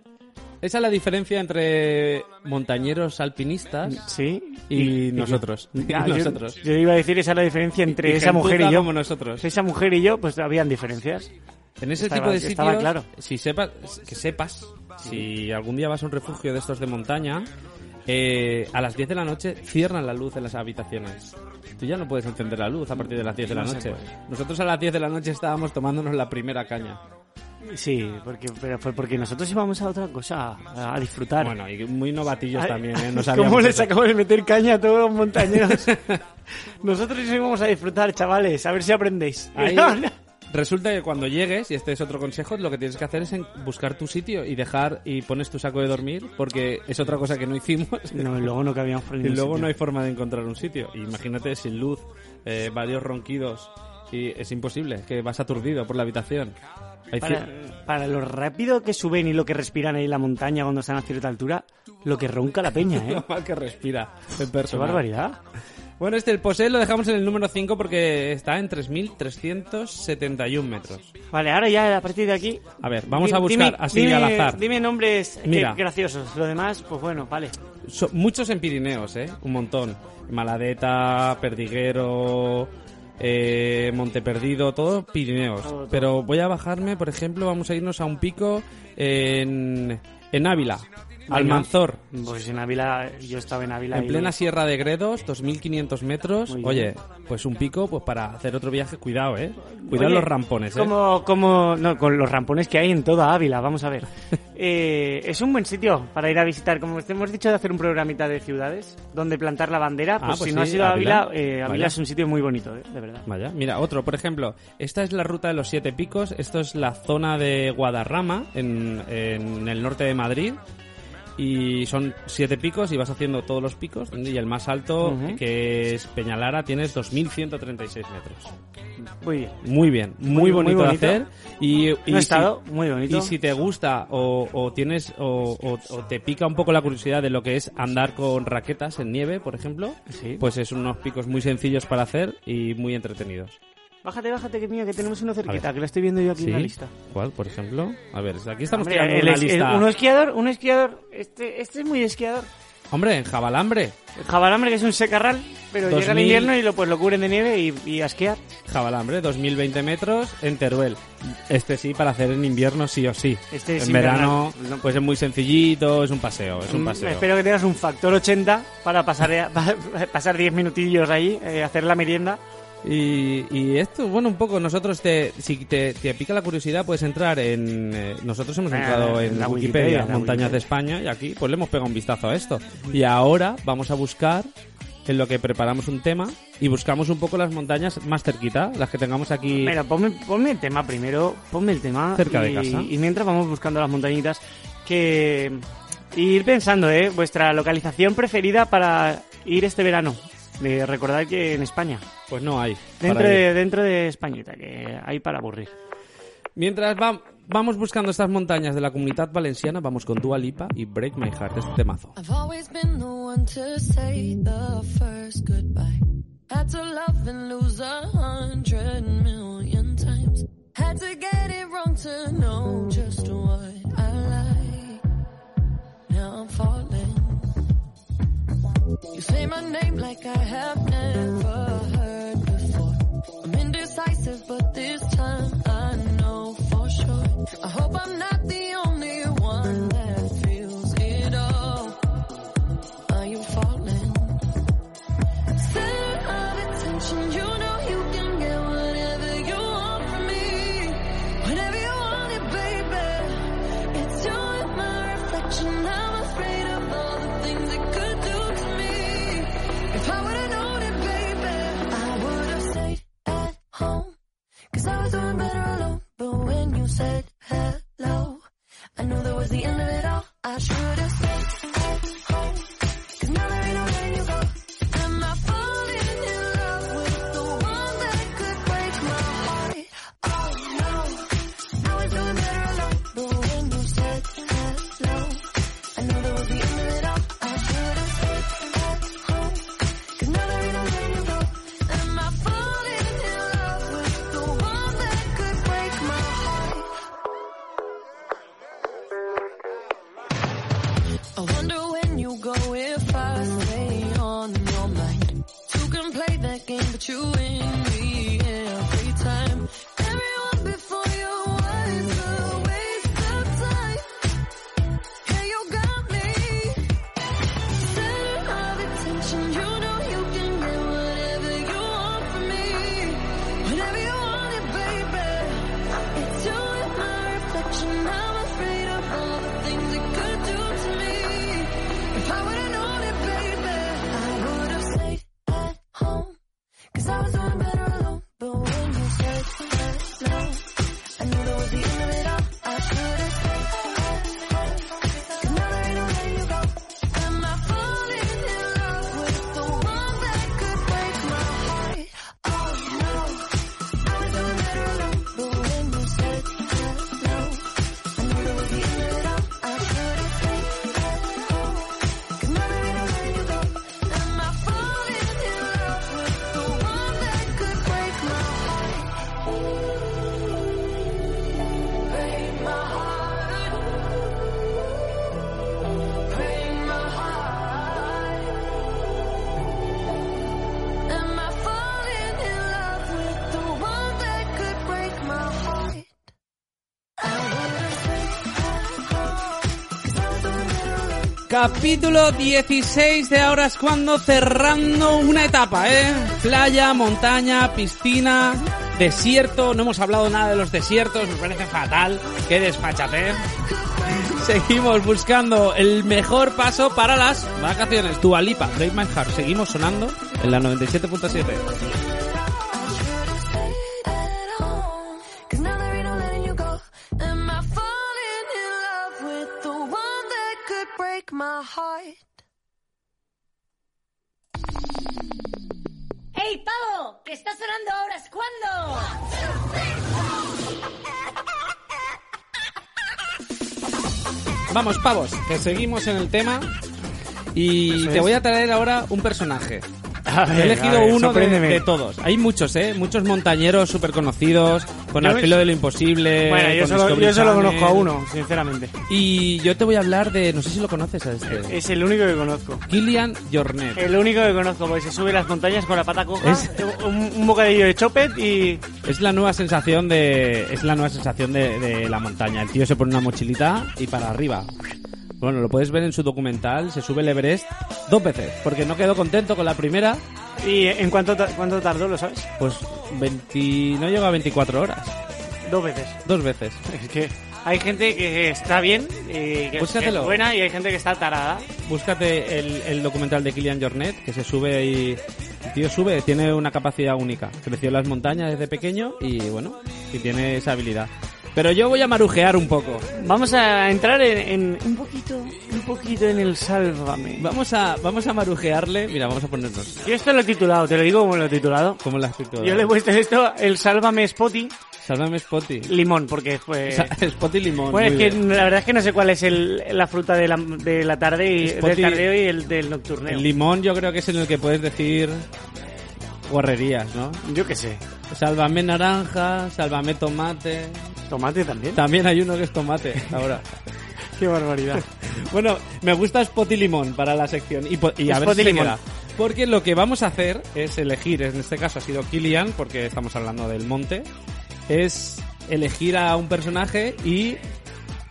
Speaker 1: Esa es la diferencia entre montañeros alpinistas
Speaker 2: Sí.
Speaker 1: y, nosotros. Y
Speaker 2: Ah, yo-
Speaker 1: nosotros.
Speaker 2: Yo, iba a decir esa es la diferencia entre
Speaker 1: Y
Speaker 2: esa mujer y
Speaker 1: gentuza
Speaker 2: yo.
Speaker 1: como nosotros.
Speaker 2: Esa mujer y yo, pues habían diferencias.
Speaker 1: En ese
Speaker 2: Estaba-
Speaker 1: tipo de
Speaker 2: estaba
Speaker 1: sitios,
Speaker 2: claro.
Speaker 1: si sepas, que sepas, si algún día vas a un refugio de estos de montaña, eh, a las 10 de la noche cierran la luz en las habitaciones. Tú ya no puedes encender la luz a partir de las 10 de la
Speaker 2: No se
Speaker 1: noche.
Speaker 2: puede.
Speaker 1: Nosotros a las 10 de la noche estábamos tomándonos la primera caña.
Speaker 2: Sí, porque, pero fue porque nosotros íbamos a otra cosa, a, a disfrutar.
Speaker 1: Bueno, y muy novatillos
Speaker 2: Ay,
Speaker 1: también, ¿eh? No
Speaker 2: ¿Cómo
Speaker 1: sabíamos
Speaker 2: les
Speaker 1: eso.
Speaker 2: acabo de meter caña a todos los montañeros? nosotros íbamos a disfrutar, chavales, a ver si aprendéis.
Speaker 1: Ahí, Resulta que cuando llegues, y este es otro consejo, lo que tienes que hacer es en- buscar tu sitio y dejar y pones tu saco de dormir, porque es otra cosa que no hicimos.
Speaker 2: No, y luego no cabíamos por
Speaker 1: Y
Speaker 2: ningún
Speaker 1: luego
Speaker 2: sitio.
Speaker 1: no hay forma de encontrar un sitio. Imagínate sin luz, eh, varios ronquidos. Y es imposible, que vas aturdido por la habitación. Hay cien-
Speaker 2: Para, para lo rápido que suben y lo que respiran ahí en la montaña cuando están a cierta altura, lo que ronca la peña, ¿eh?
Speaker 1: Lo mal que respira en
Speaker 2: ¡Qué
Speaker 1: persona.
Speaker 2: barbaridad!
Speaker 1: Bueno, este, el posee lo dejamos en el número 5 porque está en 3.371 metros.
Speaker 2: Vale, ahora ya a partir de aquí...
Speaker 1: A ver, vamos a
Speaker 2: Di-
Speaker 1: buscar
Speaker 2: dime-
Speaker 1: así
Speaker 2: dime-
Speaker 1: al azar.
Speaker 2: Dime nombres eh,
Speaker 1: Mira.
Speaker 2: graciosos. Lo demás, pues bueno, vale.
Speaker 1: So- muchos en Pirineos, ¿eh? Un montón. Maladeta, Perdiguero, eh, Monteperdido, todo Pirineos.
Speaker 2: Todo, todo.
Speaker 1: Pero voy a bajarme, por ejemplo, vamos a irnos a un pico en, en Ávila, Almanzor.
Speaker 2: Pues en Ávila, yo estaba en Ávila.
Speaker 1: En
Speaker 2: y-
Speaker 1: plena Sierra de Gredos, 2.500 metros.
Speaker 2: Muy bien.
Speaker 1: Oye, pues un pico, pues para hacer otro viaje, cuidado, ¿eh? Cuidado
Speaker 2: Oye,
Speaker 1: los rampones, ¿eh?
Speaker 2: Como, como, no, con los rampones que hay en toda Ávila, vamos a ver. Eh, es un buen sitio para ir a visitar. Como te hemos dicho de hacer un programita de ciudades, donde plantar la bandera,
Speaker 1: Ah,
Speaker 2: pues,
Speaker 1: pues
Speaker 2: si no has
Speaker 1: sí,
Speaker 2: ido a Ávila,
Speaker 1: Ávila.
Speaker 2: eh, Ávila
Speaker 1: Vaya.
Speaker 2: es un sitio muy bonito, eh, de verdad.
Speaker 1: Vaya, mira, otro, por ejemplo, esta es la ruta de los siete picos, esto es la zona de Guadarrama, en, en el norte de Madrid, y son siete picos y vas haciendo todos los picos, y el más alto,
Speaker 2: Ujú.
Speaker 1: que es Peñalara, tienes 2.136 metros.
Speaker 2: Muy bien.
Speaker 1: Muy bien, muy,
Speaker 2: Muy- muy
Speaker 1: bonito, de
Speaker 2: bonito.
Speaker 1: hacer. Y, Mm. y
Speaker 2: No he
Speaker 1: si-
Speaker 2: estado, muy bonito.
Speaker 1: y si te gusta o, o tienes o, o- o te pica un poco la curiosidad de lo que es andar con raquetas en nieve, por ejemplo,
Speaker 2: Sí.
Speaker 1: pues es unos picos muy sencillos para hacer y muy entretenidos.
Speaker 2: Bájate, bájate, que mira, que tenemos uno
Speaker 1: A
Speaker 2: cerquita,
Speaker 1: ver.
Speaker 2: que lo estoy viendo yo aquí en la lista.
Speaker 1: ¿Cuál, por ejemplo? A ver, aquí estamos
Speaker 2: Hombre,
Speaker 1: tirando
Speaker 2: el
Speaker 1: una
Speaker 2: es- el-
Speaker 1: lista.
Speaker 2: un esquiador, un esquiador. Este, este es muy esquiador.
Speaker 1: Hombre, en Jabalambre.
Speaker 2: El jabalambre, que es un secarral, pero llega el
Speaker 1: 2000.
Speaker 2: invierno y lo, pues, lo cubren de nieve y, y a esquiar.
Speaker 1: Jabalambre, 2020 metros en Teruel. Este sí, para hacer en invierno sí o sí.
Speaker 2: Este es
Speaker 1: en verano,
Speaker 2: invernal. No.
Speaker 1: pues es muy sencillito, es un paseo, es un
Speaker 2: Mm,
Speaker 1: paseo.
Speaker 2: Espero que tengas un factor 80 para pasar, eh, para pasar 10 minutillos ahí, eh, hacer la merienda.
Speaker 1: Y, y esto, bueno, un poco, nosotros te, si te, te pica la curiosidad, puedes entrar en... eh, nosotros hemos
Speaker 2: Ah,
Speaker 1: entrado en
Speaker 2: la
Speaker 1: la
Speaker 2: Wikipedia,
Speaker 1: Wikipedia,
Speaker 2: la
Speaker 1: Montañas
Speaker 2: Wikipedia.
Speaker 1: de España, y aquí pues le hemos pegado un vistazo a esto. Y ahora vamos a buscar, en lo que preparamos un tema, y buscamos un poco las montañas más cerquita, las que tengamos aquí...
Speaker 2: Mira, ponme, ponme el tema primero, ponme el tema.
Speaker 1: Cerca de
Speaker 2: y-
Speaker 1: casa.
Speaker 2: Y mientras vamos buscando las montañitas, que ir pensando, ¿eh? Vuestra localización preferida para ir este verano. De recordar que en España,
Speaker 1: Pues no hay.
Speaker 2: dentro
Speaker 1: para ir.
Speaker 2: de, dentro de Españita, que hay para aburrir.
Speaker 1: Mientras va- vamos buscando estas montañas de la comunidad valenciana, vamos con Dua Lipa y Break My Heart, este temazo.
Speaker 7: I've always been the one to say the first goodbye. Had to love and lose a hundred million times. Had to get it wrong to know just what I like. Now I'm falling. You say my name like I have never heard before. I'm indecisive, but this time I know for sure. I hope I'm not the only one that feels it all. Are you falling? Center of attention, you know you can get whatever you want from me. Whenever you want it, baby. It's you and my reflection. I'm afraid of all the things it could do to me. If I would've known it, baby, I would've stayed at home. Cause I was doing better alone. But when you said hello, I knew that was the end of it all. I should've stayed at home. Cause now there ain't no way you go. Am I falling in love with the one that could break my heart? Oh no. I was doing better alone. But when you said hello, I knew that was the end of it all. I should've stayed at home. Cause now there ain't no way you go. Am I falling in love with the one that could break my heart? I wonder when you go if I stay on your mind. You can play that game, but you win me every time. Everyone before you was a waste of time. Yeah, you got me. Center of attention, you know you can get whatever you want from me. Whenever you want it, baby. It's you and my reflection. I'm afraid of all the things it could do to me. If I would've known it, baby, I would've stayed at home. Cause I was doing better alone. But when you said hello, Oh,
Speaker 1: Capítulo 16 de ahora es cuando cerrando una etapa, ¿eh? Playa, montaña, piscina, desierto. No hemos hablado nada de los desiertos, me parece fatal. Qué despachatez. Seguimos buscando el mejor paso para las vacaciones. Tu Alipa, Break My Heart. Seguimos sonando en la 97.7.
Speaker 7: at all. Cause now there ain't no letting you go. Am I falling in love with the one that could break my heart?
Speaker 8: ¡Ey, pavo! ¡Que está sonando ahora es cuando!
Speaker 1: Vamos, pavos, que seguimos en el tema. Y te voy a traer ahora un personaje.
Speaker 2: A ver,
Speaker 1: He elegido
Speaker 2: a ver,
Speaker 1: uno de,
Speaker 2: sorpréndeme.
Speaker 1: de todos. Hay muchos, ¿eh? Muchos montañeros súper conocidos, con
Speaker 2: Yo
Speaker 1: Al
Speaker 2: me-
Speaker 1: filo de lo imposible.
Speaker 2: Bueno, yo
Speaker 1: con
Speaker 2: solo,
Speaker 1: Discovery
Speaker 2: yo solo
Speaker 1: Channel.
Speaker 2: conozco a uno, sinceramente.
Speaker 1: Y yo te voy a hablar de... No sé si lo conoces a este.
Speaker 2: Es el único que conozco.
Speaker 1: Kilian Jornet.
Speaker 2: El único que conozco, porque se sube las montañas con la pata coja,
Speaker 1: Es-
Speaker 2: un, un bocadillo de chopet y...
Speaker 1: Es la nueva sensación de. Es la nueva sensación de, de la montaña. El tío se pone una mochilita y para arriba. Bueno, lo puedes ver en su documental, se sube el Everest dos veces, porque no quedó contento con la primera,
Speaker 2: ¿Y en cuánto, ta- cuánto tardó, lo sabes?
Speaker 1: pues 20, no llega a 24 horas,
Speaker 2: Dos veces.
Speaker 1: dos veces.
Speaker 2: Es que hay gente que está bien y que, que
Speaker 1: Búscatelo.
Speaker 2: es buena y hay gente que está tarada.
Speaker 1: Búscate el, el documental de Kilian Jornet, que se sube y... El tío sube, tiene una capacidad única. Creció en las montañas desde pequeño y bueno, y tiene esa habilidad. Pero yo voy a marujear un poco.
Speaker 2: Vamos a entrar en, en- un poquito, un poquito en el sálvame.
Speaker 1: Vamos a, vamos a marujearle. Mira, vamos a ponernos.
Speaker 2: Yo esto lo he titulado, te lo digo como lo he titulado.
Speaker 1: ¿Cómo lo has escrito?
Speaker 2: Yo le he puesto esto, el sálvame Spotty
Speaker 1: Sálvame Spotty.
Speaker 2: Limón, porque pues...
Speaker 1: Sa- Spotty limón.
Speaker 2: Bueno, es
Speaker 1: muy
Speaker 2: que
Speaker 1: bien.
Speaker 2: la verdad es que no sé cuál es el, la fruta de la, de la tarde y,
Speaker 1: Spotty-
Speaker 2: del tardeo y el del nocturneo.
Speaker 1: El limón yo creo que es en el que puedes decir guarrerías, ¿no?
Speaker 2: Yo qué sé.
Speaker 1: Sálvame naranja, sálvame tomate.
Speaker 2: Tomate también.
Speaker 1: También hay uno que es tomate ahora.
Speaker 2: Qué barbaridad.
Speaker 1: bueno, me gusta Spotty limón para la sección y, po- y a ver
Speaker 2: Spotty
Speaker 1: si se
Speaker 2: limón.
Speaker 1: queda. Porque lo que vamos a hacer es elegir, en este caso ha sido Kilian, porque estamos hablando del monte, es elegir a un personaje y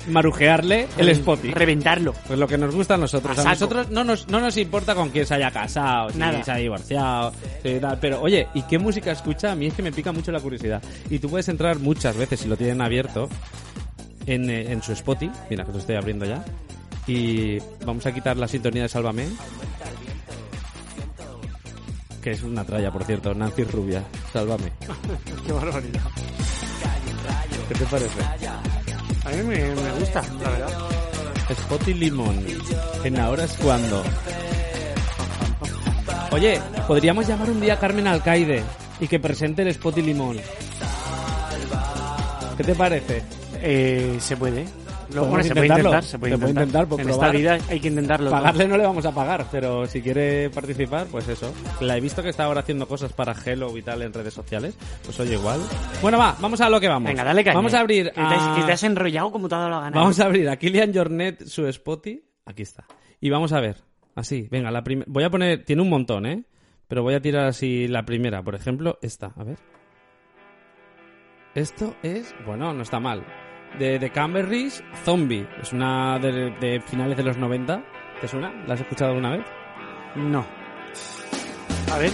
Speaker 1: marujearle el Spotty.
Speaker 2: Reventarlo.
Speaker 1: Pues lo que nos gusta a nosotros.
Speaker 2: A
Speaker 1: A
Speaker 2: saco.
Speaker 1: nosotros no nos, no nos importa con quién se haya casado, si
Speaker 2: Nada.
Speaker 1: se haya divorciado, si tal. Pero oye, ¿y qué música escucha? A mí es que me pica mucho la curiosidad. Y tú puedes entrar muchas veces, si lo tienen abierto, en, eh, en su Spotify. Mira, que lo estoy abriendo ya. Y vamos a quitar la sintonía de Sálvame. Que es una tralla, por cierto. Nancy Rubia, Sálvame.
Speaker 2: Qué barbaridad.
Speaker 1: ¿Qué te parece?
Speaker 2: A mí me, me gusta, la verdad.
Speaker 1: Spotty Limón. En ahora es cuando. Oye, podríamos llamar un día a Carmen Alcaide y que presente el Spotty Limón. ¿Qué te parece?
Speaker 2: Eh, se puede. Lo,
Speaker 1: Podemos
Speaker 2: bueno, se puede
Speaker 1: intentarlo.
Speaker 2: intentar, se puede
Speaker 1: Se puede
Speaker 2: intentar.
Speaker 1: intentar, por
Speaker 2: en
Speaker 1: probar.
Speaker 2: esta vida hay que intentarlo. todo.
Speaker 1: Pagarle no le vamos a pagar, pero si quiere participar, pues eso. La he visto que está ahora haciendo cosas para Hello y tal en redes sociales. Pues oye, igual. Bueno, va, vamos a lo que vamos.
Speaker 2: Venga, dale caña.
Speaker 1: Vamos a abrir.
Speaker 2: Que te, has-
Speaker 1: a-
Speaker 2: que te has enrollado como te ha dado la gana.
Speaker 1: Vamos a abrir a Kilian Jornet su Spotty. Aquí está. Y vamos a ver. Así, venga, la primera. Voy a poner. Tiene un montón, ¿eh? Pero voy a tirar así la primera. Por ejemplo, esta. A ver. Esto es. Bueno, no está mal. De The Camberries, Zombie. Es una de, de finales de los 90. ¿Te suena? ¿La has escuchado alguna vez?
Speaker 2: No. A ver.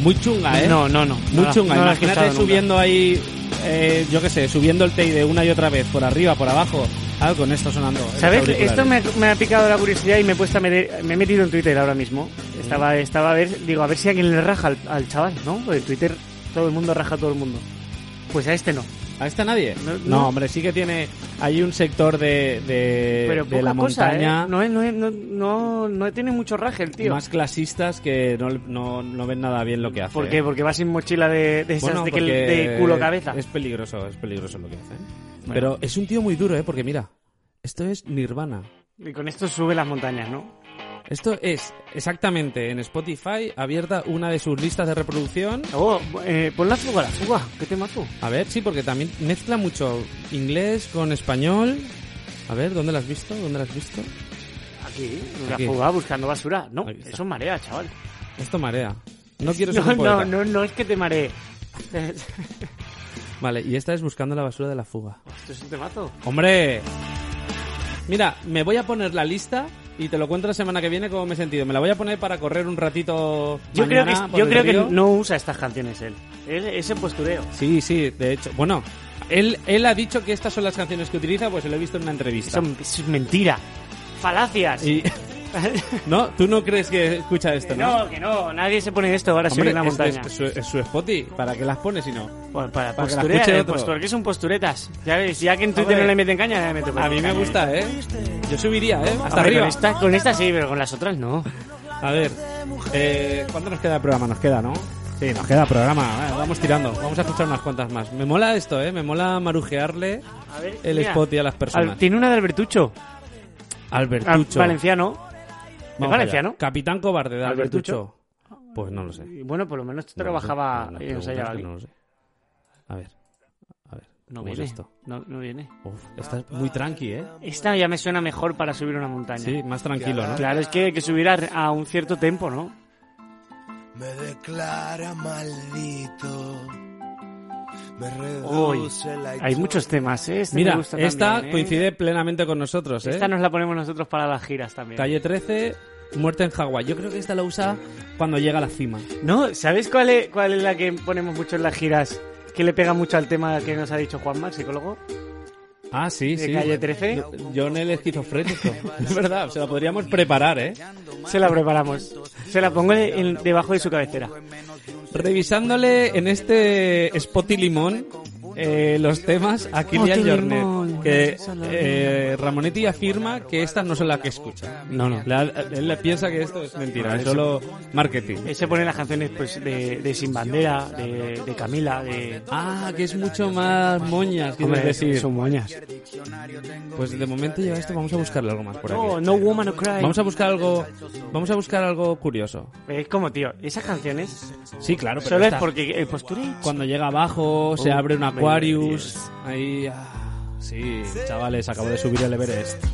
Speaker 1: Muy chunga, ¿eh?
Speaker 2: No, no, no.
Speaker 1: Muy
Speaker 2: No la-
Speaker 1: chunga.
Speaker 2: no la he
Speaker 1: Imagínate
Speaker 2: escuchado nunca.
Speaker 1: subiendo ahí. eh, yo qué sé, subiendo el TI de una y otra vez, por arriba, por abajo. Algo con esto sonando. en los
Speaker 2: ¿Sabes?
Speaker 1: auriculares.
Speaker 2: Esto me, me ha picado la curiosidad y me he, puesto a meter- me he metido en Twitter ahora mismo.
Speaker 1: Mm.
Speaker 2: Estaba, estaba a ver, digo, a ver si alguien le raja al, al chaval, ¿no? Porque en Twitter todo el mundo raja a todo el mundo. Pues a este no.
Speaker 1: ¿A esta nadie?
Speaker 2: No,
Speaker 1: No,
Speaker 2: no.
Speaker 1: hombre, sí que tiene. Hay un sector de, de,
Speaker 2: Pero
Speaker 1: de
Speaker 2: poca
Speaker 1: la
Speaker 2: cosa,
Speaker 1: montaña
Speaker 2: ¿eh? No, es- no, es- no, no, no tiene mucho raje el tío.
Speaker 1: más clasistas que no, no, no ven nada bien lo que hace.
Speaker 2: ¿Por qué? Porque va sin mochila de, de esas
Speaker 1: Bueno,
Speaker 2: de, que-
Speaker 1: porque
Speaker 2: de culo cabeza.
Speaker 1: Es peligroso, es peligroso lo que hace. ¿eh? Pero es un tío muy duro, ¿eh? Porque mira, esto es Nirvana.
Speaker 2: Y con esto sube las montañas, ¿no?
Speaker 1: Esto es exactamente en Spotify abierta una de sus listas de reproducción.
Speaker 2: Oh, eh, pon la fuga, la fuga. ¿Qué te mato?
Speaker 1: A ver, sí, porque también mezcla mucho inglés con español. A ver, ¿dónde la has visto? ¿Dónde la has visto?
Speaker 2: Aquí, la
Speaker 1: Aquí.
Speaker 2: fuga buscando basura. No,
Speaker 1: Ahí está.
Speaker 2: eso marea, chaval.
Speaker 1: Esto marea. No quiero ser
Speaker 2: No,
Speaker 1: un poeta.
Speaker 2: no, no, no es que te maree.
Speaker 1: Vale, y esta es buscando la basura de la fuga.
Speaker 2: Esto es un temazo.
Speaker 1: ¡Hombre! Mira, me voy a poner la lista y te lo cuento la semana que viene cómo me he sentido. Me la voy a poner para correr un ratito.
Speaker 2: Yo creo que,
Speaker 1: mañana por
Speaker 2: yo
Speaker 1: el
Speaker 2: creo que
Speaker 1: río.
Speaker 2: no usa estas canciones él. Él- Ese postureo.
Speaker 1: Sí, sí, de hecho. Bueno, él, él ha dicho que estas son las canciones que utiliza, pues lo he visto en una entrevista.
Speaker 2: Eso, eso es mentira. Falacias.
Speaker 1: Y, no, tú no crees que escucha esto,
Speaker 2: Que
Speaker 1: ¿no?
Speaker 2: no, que no. Nadie se pone esto ahora subir
Speaker 1: Hombre,
Speaker 2: la
Speaker 1: es-
Speaker 2: montaña.
Speaker 1: es, es su, es su Spotify. ¿Para qué las pones si no?
Speaker 2: Bueno,
Speaker 1: para que
Speaker 2: para,
Speaker 1: la
Speaker 2: posturear,
Speaker 1: escuche
Speaker 2: eh,
Speaker 1: otro.
Speaker 2: pues porque son posturetas. Ya ves, ya que en Twitter
Speaker 1: Hombre,
Speaker 2: no le meten caña, le meto
Speaker 1: A mí me
Speaker 2: caña.
Speaker 1: gusta, ¿eh? Yo subiría, ¿eh? Hasta
Speaker 2: Hombre,
Speaker 1: arriba.
Speaker 2: Con esta, con esta sí, pero con las otras no.
Speaker 1: A ver, eh, ¿cuánto nos queda de programa? Nos queda, ¿no? Sí, nos queda programa. Bueno, vamos tirando. Vamos a escuchar unas cuantas más. Me mola esto, ¿eh? Me mola marujearle
Speaker 2: A ver,
Speaker 1: el
Speaker 2: mira.
Speaker 1: Spotify a las personas.
Speaker 2: Al- tiene una de Albertucho. Al-
Speaker 1: Albertucho.
Speaker 2: Valenciano.
Speaker 1: Vamos
Speaker 2: ¿Es valenciano?
Speaker 1: allá. Capitán cobarde de Albertucho.
Speaker 2: ¿Albertucho?
Speaker 1: Pues no lo sé.
Speaker 2: Y Bueno, por lo menos
Speaker 1: No
Speaker 2: trabajaba
Speaker 1: lo sé. Las
Speaker 2: y ensayaba
Speaker 1: preguntas que
Speaker 2: aquí.
Speaker 1: no lo sé. A ver. A ver.
Speaker 2: No
Speaker 1: ¿Cómo es
Speaker 2: viene.
Speaker 1: esto?
Speaker 2: No, no viene.
Speaker 1: Uf, esta es muy tranqui, ¿eh?
Speaker 2: Esta ya me suena mejor para subir una montaña.
Speaker 1: Sí, más tranquilo, ¿no?
Speaker 2: Claro, es que hay que subir a, a un cierto tempo, ¿no?
Speaker 9: Me declara maldito. Me
Speaker 2: Uy,
Speaker 9: reduce la
Speaker 2: hay muchos temas, ¿eh? Este me
Speaker 1: Mira,
Speaker 2: gusta
Speaker 1: esta
Speaker 2: también, ¿eh?
Speaker 1: coincide plenamente con nosotros, ¿eh?
Speaker 2: Esta nos la ponemos nosotros para las giras también.
Speaker 1: Calle 13, Muerte en Hawái. Yo creo que esta la usa cuando llega a la cima.
Speaker 2: No, ¿sabéis cuál es, cuál es la que ponemos mucho en las giras? Que le pega mucho al tema que nos ha dicho Juanma, el psicólogo.
Speaker 1: Ah, sí,
Speaker 2: ¿De
Speaker 1: sí.
Speaker 2: Calle 13?
Speaker 1: John el esquizofrénico. es verdad, se la podríamos preparar, ¿eh?
Speaker 2: Se la preparamos. Se la pongo en- debajo de su cabecera.
Speaker 1: Revisándole en este Spot y Limón eh, los temas a Kilian
Speaker 2: Spot y
Speaker 1: Jornet,
Speaker 2: Limón.
Speaker 1: que eh, Ramonetti afirma que estas no son las que escucha. No, no. él le piensa que esto es mentira, es solo marketing.
Speaker 2: Eh, Se ponen las canciones pues, de, de Sin Bandera, de, de Camila, de...
Speaker 1: Ah, que es mucho más moñas, quieres
Speaker 2: Hombre,
Speaker 1: decir.
Speaker 2: son moñas.
Speaker 1: Pues de momento lleva esto, vamos a buscarle algo más por aquí.
Speaker 2: Oh, No, no woman, no cry.
Speaker 1: Vamos a buscar algo, vamos a buscar algo curioso.
Speaker 2: Es como, tío, esas canciones
Speaker 1: Sí, claro, pero
Speaker 2: solo es
Speaker 1: esta-
Speaker 2: porque eh, pues, el postureo...
Speaker 1: Cuando llega abajo, se
Speaker 2: Oh,
Speaker 1: abre un
Speaker 2: my
Speaker 1: Aquarius. Ahí. ah, sí, chavales, acabo de subir el Everest.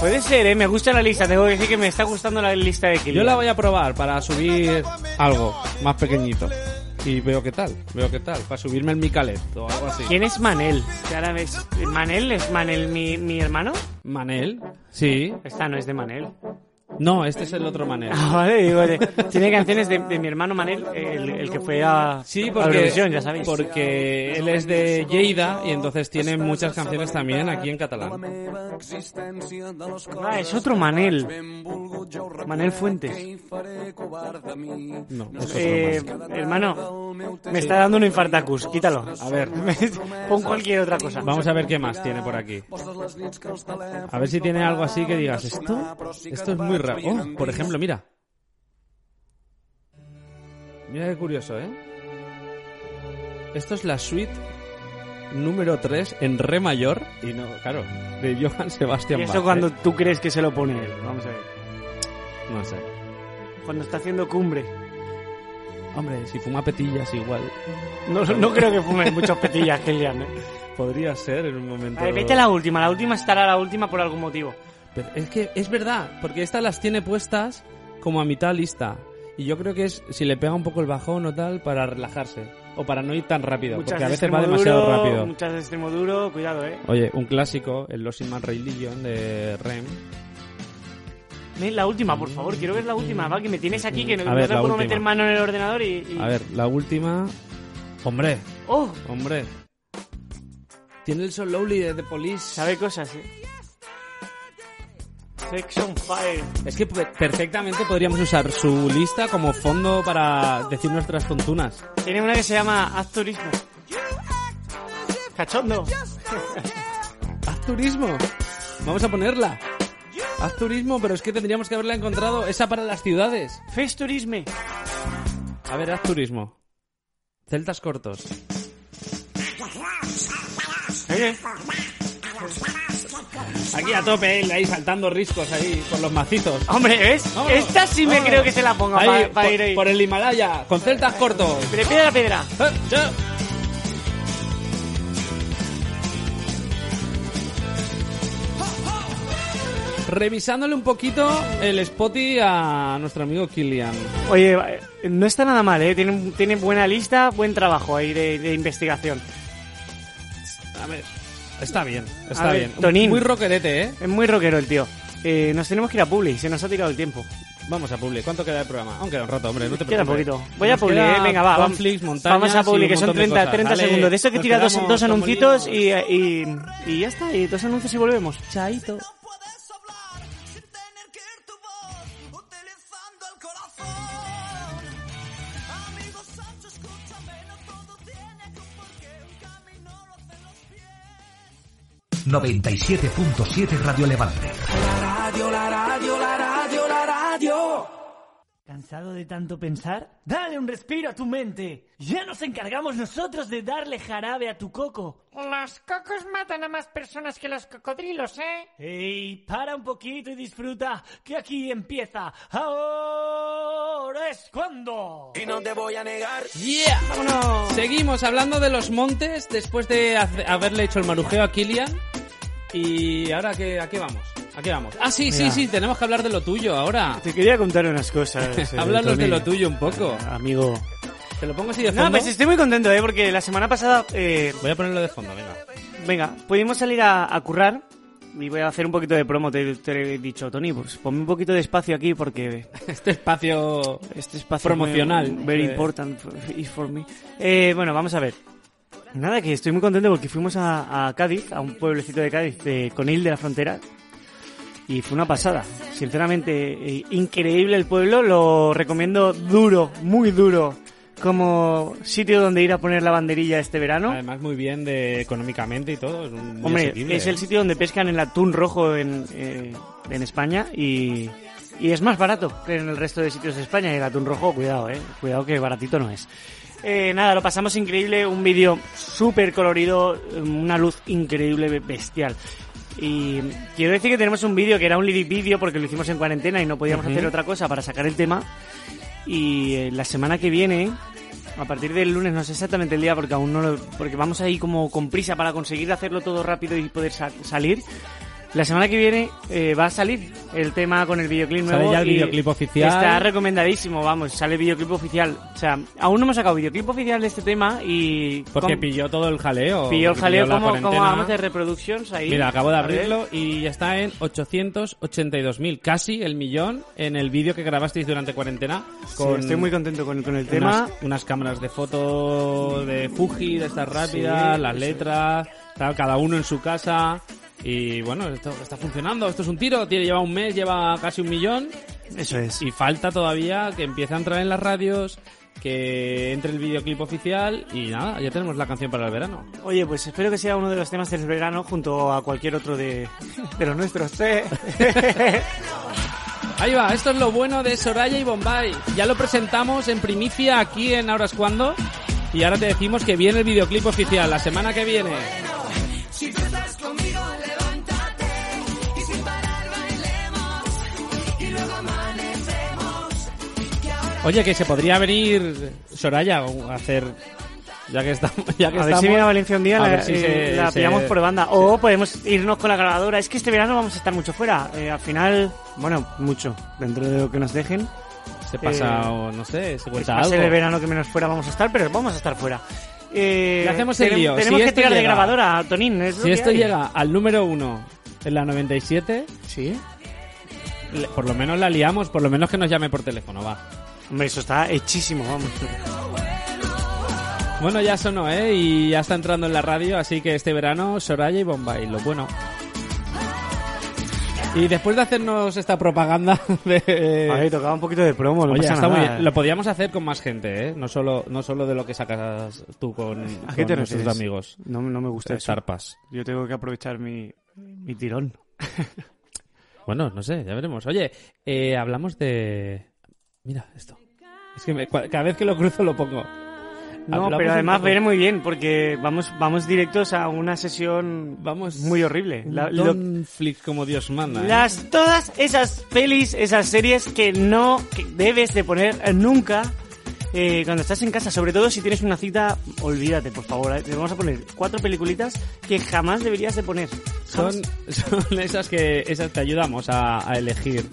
Speaker 2: Puede ser, ¿eh? Me gusta la lista. Tengo que decir que me está gustando la lista de Kilian.
Speaker 1: Yo la voy a probar para subir algo más pequeñito. Y veo qué tal, veo qué tal. Para subirme el Micalet o algo así.
Speaker 2: ¿Quién es Manel? Que ahora ves- ¿Manel? ¿Es Manel mi, mi hermano?
Speaker 1: ¿Manel? Sí.
Speaker 2: Esta no es de Manel.
Speaker 1: No, este es el otro Manel.
Speaker 2: Ah, vale, digo, de- tiene canciones de, de mi hermano Manel, el, el que fue a,
Speaker 1: Sí,
Speaker 2: a
Speaker 1: porque,
Speaker 2: Eurovisión, ya sabéis.
Speaker 1: porque él es de Lleida y entonces tiene muchas canciones también aquí en catalán.
Speaker 2: Ah, es otro Manel. Manel Fuentes.
Speaker 1: No, eso es lo
Speaker 2: Eh,
Speaker 1: más.
Speaker 2: hermano, me está dando un infartacus, quítalo.
Speaker 1: A ver.
Speaker 2: Pon cualquier otra cosa.
Speaker 1: Vamos a ver qué más tiene por aquí. A ver si tiene algo así que digas, esto, esto es muy raro. Oh, por ejemplo, mira. Mira qué curioso, ¿eh? Esto es la suite número 3 en re mayor y no, claro, de Johann Sebastian
Speaker 2: Y
Speaker 1: Bach,
Speaker 2: eso
Speaker 1: ¿eh?
Speaker 2: cuando tú crees que se lo pone él. Vamos a ver.
Speaker 1: No sé.
Speaker 2: Cuando está haciendo cumbre.
Speaker 1: Hombre, si fuma petillas igual.
Speaker 2: No, no creo que fume muchos petillas, Kilian. ¿eh?
Speaker 1: Podría ser en un momento...
Speaker 2: A ver, vete a la última. La última estará la última por algún motivo.
Speaker 1: Pero es que es verdad, porque estas las tiene puestas como a mitad lista. Y yo creo que es si le pega un poco el bajón o tal para relajarse. O para no ir tan rápido,
Speaker 2: Muchas
Speaker 1: porque a
Speaker 2: de
Speaker 1: veces va
Speaker 2: extremo
Speaker 1: demasiado
Speaker 2: duro,
Speaker 1: rápido.
Speaker 2: Muchas de extremo duro, cuidado, eh.
Speaker 1: Oye, un clásico, el Los Man Religion de Rem.
Speaker 2: Ven la última, por favor, quiero ver la última. Va, que me tienes aquí, que no,
Speaker 1: A ver,
Speaker 2: no te
Speaker 1: la
Speaker 2: puedo
Speaker 1: última.
Speaker 2: meter mano en el ordenador y. y-
Speaker 1: A ver, la última. Hombre,
Speaker 2: ¡Oh!
Speaker 1: hombre. Tiene el Soul Lowly de The Police.
Speaker 2: Sabe cosas, eh. Sex on Fire.
Speaker 1: Es que pe- perfectamente podríamos usar su lista como fondo para decir nuestras tontunas.
Speaker 2: Tiene una que se llama Haz Turismo. ¡Cachondo!
Speaker 1: Haz turismo. Vamos a ponerla. Haz turismo, pero es que tendríamos que haberla encontrado. Esa para las ciudades.
Speaker 2: Fest Turisme.
Speaker 1: A ver, haz turismo. Celtas cortos.
Speaker 2: Oye,
Speaker 1: Aquí a tope, él ahí saltando riscos ahí por los macizos.
Speaker 2: Hombre, ¿ves?
Speaker 1: Vámonos,
Speaker 2: Esta sí me
Speaker 1: vámonos.
Speaker 2: creo que se la ponga
Speaker 1: Ahí,
Speaker 2: para
Speaker 1: por,
Speaker 2: ir ahí.
Speaker 1: por el Himalaya, con celtas cortos.
Speaker 2: De piedra a piedra.
Speaker 1: Eh, ya. Revisándole un poquito el spotty a nuestro amigo Kilian.
Speaker 2: Oye, eh, no está nada mal, ¿eh? Tiene, un- tiene buena lista, buen trabajo ahí de, de investigación.
Speaker 1: A ver, Está bien, está
Speaker 2: A ver,
Speaker 1: bien.
Speaker 2: Tonín.
Speaker 1: Muy roquerete, ¿eh?
Speaker 2: Es muy rockero el tío. Eh, nos tenemos que ir a Publi, se nos ha tirado el tiempo.
Speaker 1: Vamos a Publi. ¿Cuánto queda de programa? Aún queda un rato, hombre. No te
Speaker 2: Queda
Speaker 1: preocupes.
Speaker 2: poquito. Voy a
Speaker 1: Nos
Speaker 2: Publi,
Speaker 1: queda
Speaker 2: eh, venga, va. Vamos,
Speaker 1: Conflicts, montañas
Speaker 2: vamos a Publi,
Speaker 1: y
Speaker 2: que
Speaker 1: un
Speaker 2: son
Speaker 1: montón de
Speaker 2: 30,
Speaker 1: cosas.
Speaker 2: 30
Speaker 1: Dale,
Speaker 2: segundos. De eso que
Speaker 1: nos
Speaker 2: tira dos,
Speaker 1: quedamos
Speaker 2: dos
Speaker 1: con
Speaker 2: anuncios
Speaker 1: molinos.
Speaker 2: y, eh, y, y ya está, y dos anuncios y volvemos.
Speaker 1: Chaito.
Speaker 10: ¿Cansado de tanto pensar? ¡Dale un respiro a tu mente! ¡Ya nos encargamos nosotros de darle jarabe a tu coco!
Speaker 2: Los cocos matan a más personas que los cocodrilos, ¿eh?
Speaker 10: ¡Ey! ¡Para un poquito y disfruta! ¡Que aquí empieza! ¡Ahora es cuando!
Speaker 1: Yeah. Seguimos hablando de los montes después de hace- haberle hecho el marujeo a Kilian. Y ahora qué, a qué vamos? ¿A qué vamos? Ah, sí,
Speaker 2: Mira.
Speaker 1: sí, sí, tenemos que hablar de lo tuyo ahora.
Speaker 2: Te quería contar unas cosas. eh,
Speaker 1: Háblanos de
Speaker 2: Tony.
Speaker 1: lo tuyo un poco.
Speaker 2: Amigo.
Speaker 1: Te lo pongo así de fondo.
Speaker 2: No, pues estoy muy contento, ¿eh? Porque la semana pasada, eh,
Speaker 1: Voy a ponerlo de fondo, venga.
Speaker 2: venga, pudimos salir a, a currar y voy a hacer un poquito de promo. Te, te he dicho, Tony, pues ponme un poquito de espacio aquí porque
Speaker 1: Este espacio...
Speaker 2: este espacio
Speaker 1: Promocional.
Speaker 2: es muy- very
Speaker 1: Eh.
Speaker 2: important for, is for me. Eh, bueno, vamos a ver. Nada, que estoy muy contento porque fuimos a, a Cádiz, a un pueblecito de Cádiz, de Conil de la Frontera, y fue una pasada. Sinceramente, eh, increíble el pueblo, lo recomiendo duro, muy duro, como sitio donde ir a poner la banderilla este verano.
Speaker 1: Además, muy bien de económicamente y todo. Es un, muy
Speaker 2: Hombre,
Speaker 1: asequible. ¿eh?
Speaker 2: es el sitio donde pescan el atún rojo en, eh, en España y, y es más barato que en el resto de sitios de España. Y el atún rojo, cuidado, eh, cuidado que baratito no es. Eh, nada, lo pasamos increíble, un vídeo súper colorido, una luz increíble, be- bestial. Y quiero decir que tenemos un vídeo que era un lyric vídeo porque lo hicimos en cuarentena y no podíamos hacer otra cosa para sacar el tema. Y eh, la semana que viene, a partir del lunes, no sé exactamente el día porque aún no lo, porque vamos ahí como con prisa para conseguir hacerlo todo rápido y poder sa- salir. La semana que viene eh, va a salir el tema con el videoclip
Speaker 1: Sale
Speaker 2: nuevo.
Speaker 1: ya el
Speaker 2: y
Speaker 1: videoclip oficial.
Speaker 2: Está recomendadísimo, vamos, sale videoclip oficial. O sea, aún no hemos sacado videoclip oficial de este tema y...
Speaker 1: Porque
Speaker 2: con-
Speaker 1: pilló todo el jaleo.
Speaker 2: pilló el
Speaker 1: porque
Speaker 2: jaleo
Speaker 1: la
Speaker 2: como, como
Speaker 1: cuarentena.
Speaker 2: vamos de reproductions ahí.
Speaker 1: Mira, acabo de
Speaker 2: A ver.
Speaker 1: abrirlo y ya está en 882.000, casi el millón, en el vídeo que grabasteis durante cuarentena.
Speaker 2: Sí,
Speaker 1: Con
Speaker 2: estoy muy contento con, con el tema.
Speaker 1: unas, unas cámaras de foto de Fuji, de estas rápidas,
Speaker 2: Sí,
Speaker 1: las
Speaker 2: sí.
Speaker 1: letras, tal, cada uno en su casa. Y bueno, esto está funcionando, esto es un tiro, tiene, lleva un mes, lleva casi un millón.
Speaker 2: Eso es.
Speaker 1: Y falta todavía que empiece a entrar en las radios, que entre el videoclip oficial y nada, ya tenemos la canción para el verano.
Speaker 2: Oye, pues espero que sea uno de los temas del verano junto a cualquier otro de, de los nuestros. Eh.
Speaker 1: Ahí va, esto es lo bueno de Soraya y Bombay. Ya lo presentamos en primicia aquí en Ahora es Cuando. Y ahora te decimos que viene el videoclip oficial la semana que viene. Oye, que se podría venir Soraya a hacer. Ya que estamos. Ya que
Speaker 2: A ver
Speaker 1: estamos-
Speaker 2: si viene a Valencia un día,
Speaker 1: a
Speaker 2: la,
Speaker 1: ver si
Speaker 2: eh,
Speaker 1: se-
Speaker 2: la
Speaker 1: se-
Speaker 2: pillamos por banda. O podemos irnos con la grabadora. Es que este verano vamos a estar mucho fuera. Eh, al final, bueno, mucho. Dentro de lo que nos dejen.
Speaker 1: Se pasa,
Speaker 2: Eh,
Speaker 1: o no sé, se
Speaker 2: Pues
Speaker 1: cuenta
Speaker 2: va a
Speaker 1: algo.
Speaker 2: ser el verano que menos fuera vamos a estar, pero vamos a estar fuera. Eh,
Speaker 1: Le hacemos el
Speaker 2: tenem-
Speaker 1: lío.
Speaker 2: Tenemos
Speaker 1: Si
Speaker 2: que
Speaker 1: esto
Speaker 2: tirar de
Speaker 1: llega-
Speaker 2: grabadora, Tonín. es lo
Speaker 1: Si
Speaker 2: que
Speaker 1: esto
Speaker 2: hay.
Speaker 1: llega al número uno en la 97,
Speaker 2: Sí.
Speaker 1: le- por lo menos la liamos, por lo menos que nos llame por teléfono, va.
Speaker 2: Hombre, eso está hechísimo, vamos.
Speaker 1: Bueno, ya sonó, ¿eh? Y ya está entrando en la radio, así que este verano Soraya y Bombay, lo bueno. Y después de hacernos esta propaganda de...
Speaker 2: A ver, tocaba un poquito de promo, no
Speaker 1: Eh, Oye,
Speaker 2: pasa
Speaker 1: está
Speaker 2: nada. eh.
Speaker 1: muy bien. Lo podíamos hacer con más gente, ¿eh? No solo, no solo de lo que sacas tú con,
Speaker 2: ¿A qué
Speaker 1: con
Speaker 2: te
Speaker 1: nuestros
Speaker 2: refieres?
Speaker 1: amigos.
Speaker 2: No, no me gusta
Speaker 1: De
Speaker 2: eso.
Speaker 1: Zarpas.
Speaker 2: Yo tengo que aprovechar mi, mi tirón.
Speaker 1: Bueno, no sé, ya veremos. Oye, eh, hablamos de... Mira esto. Es que me- cua- cada vez que lo cruzo lo pongo.
Speaker 2: No,
Speaker 1: Hablamos
Speaker 2: pero
Speaker 1: un
Speaker 2: además
Speaker 1: poco.
Speaker 2: veré muy bien porque vamos, vamos directos a una sesión
Speaker 1: Vamos...
Speaker 2: muy horrible. La- lo-
Speaker 1: Netflix como Dios manda. ¿eh?
Speaker 2: las, todas esas pelis, esas series que no que debes de poner nunca eh, cuando estás en casa, sobre todo si tienes una cita, olvídate, por favor. eh, Te vamos a poner cuatro peliculitas que jamás deberías de poner.
Speaker 1: Son, son esas que esas te ayudamos a, a elegir.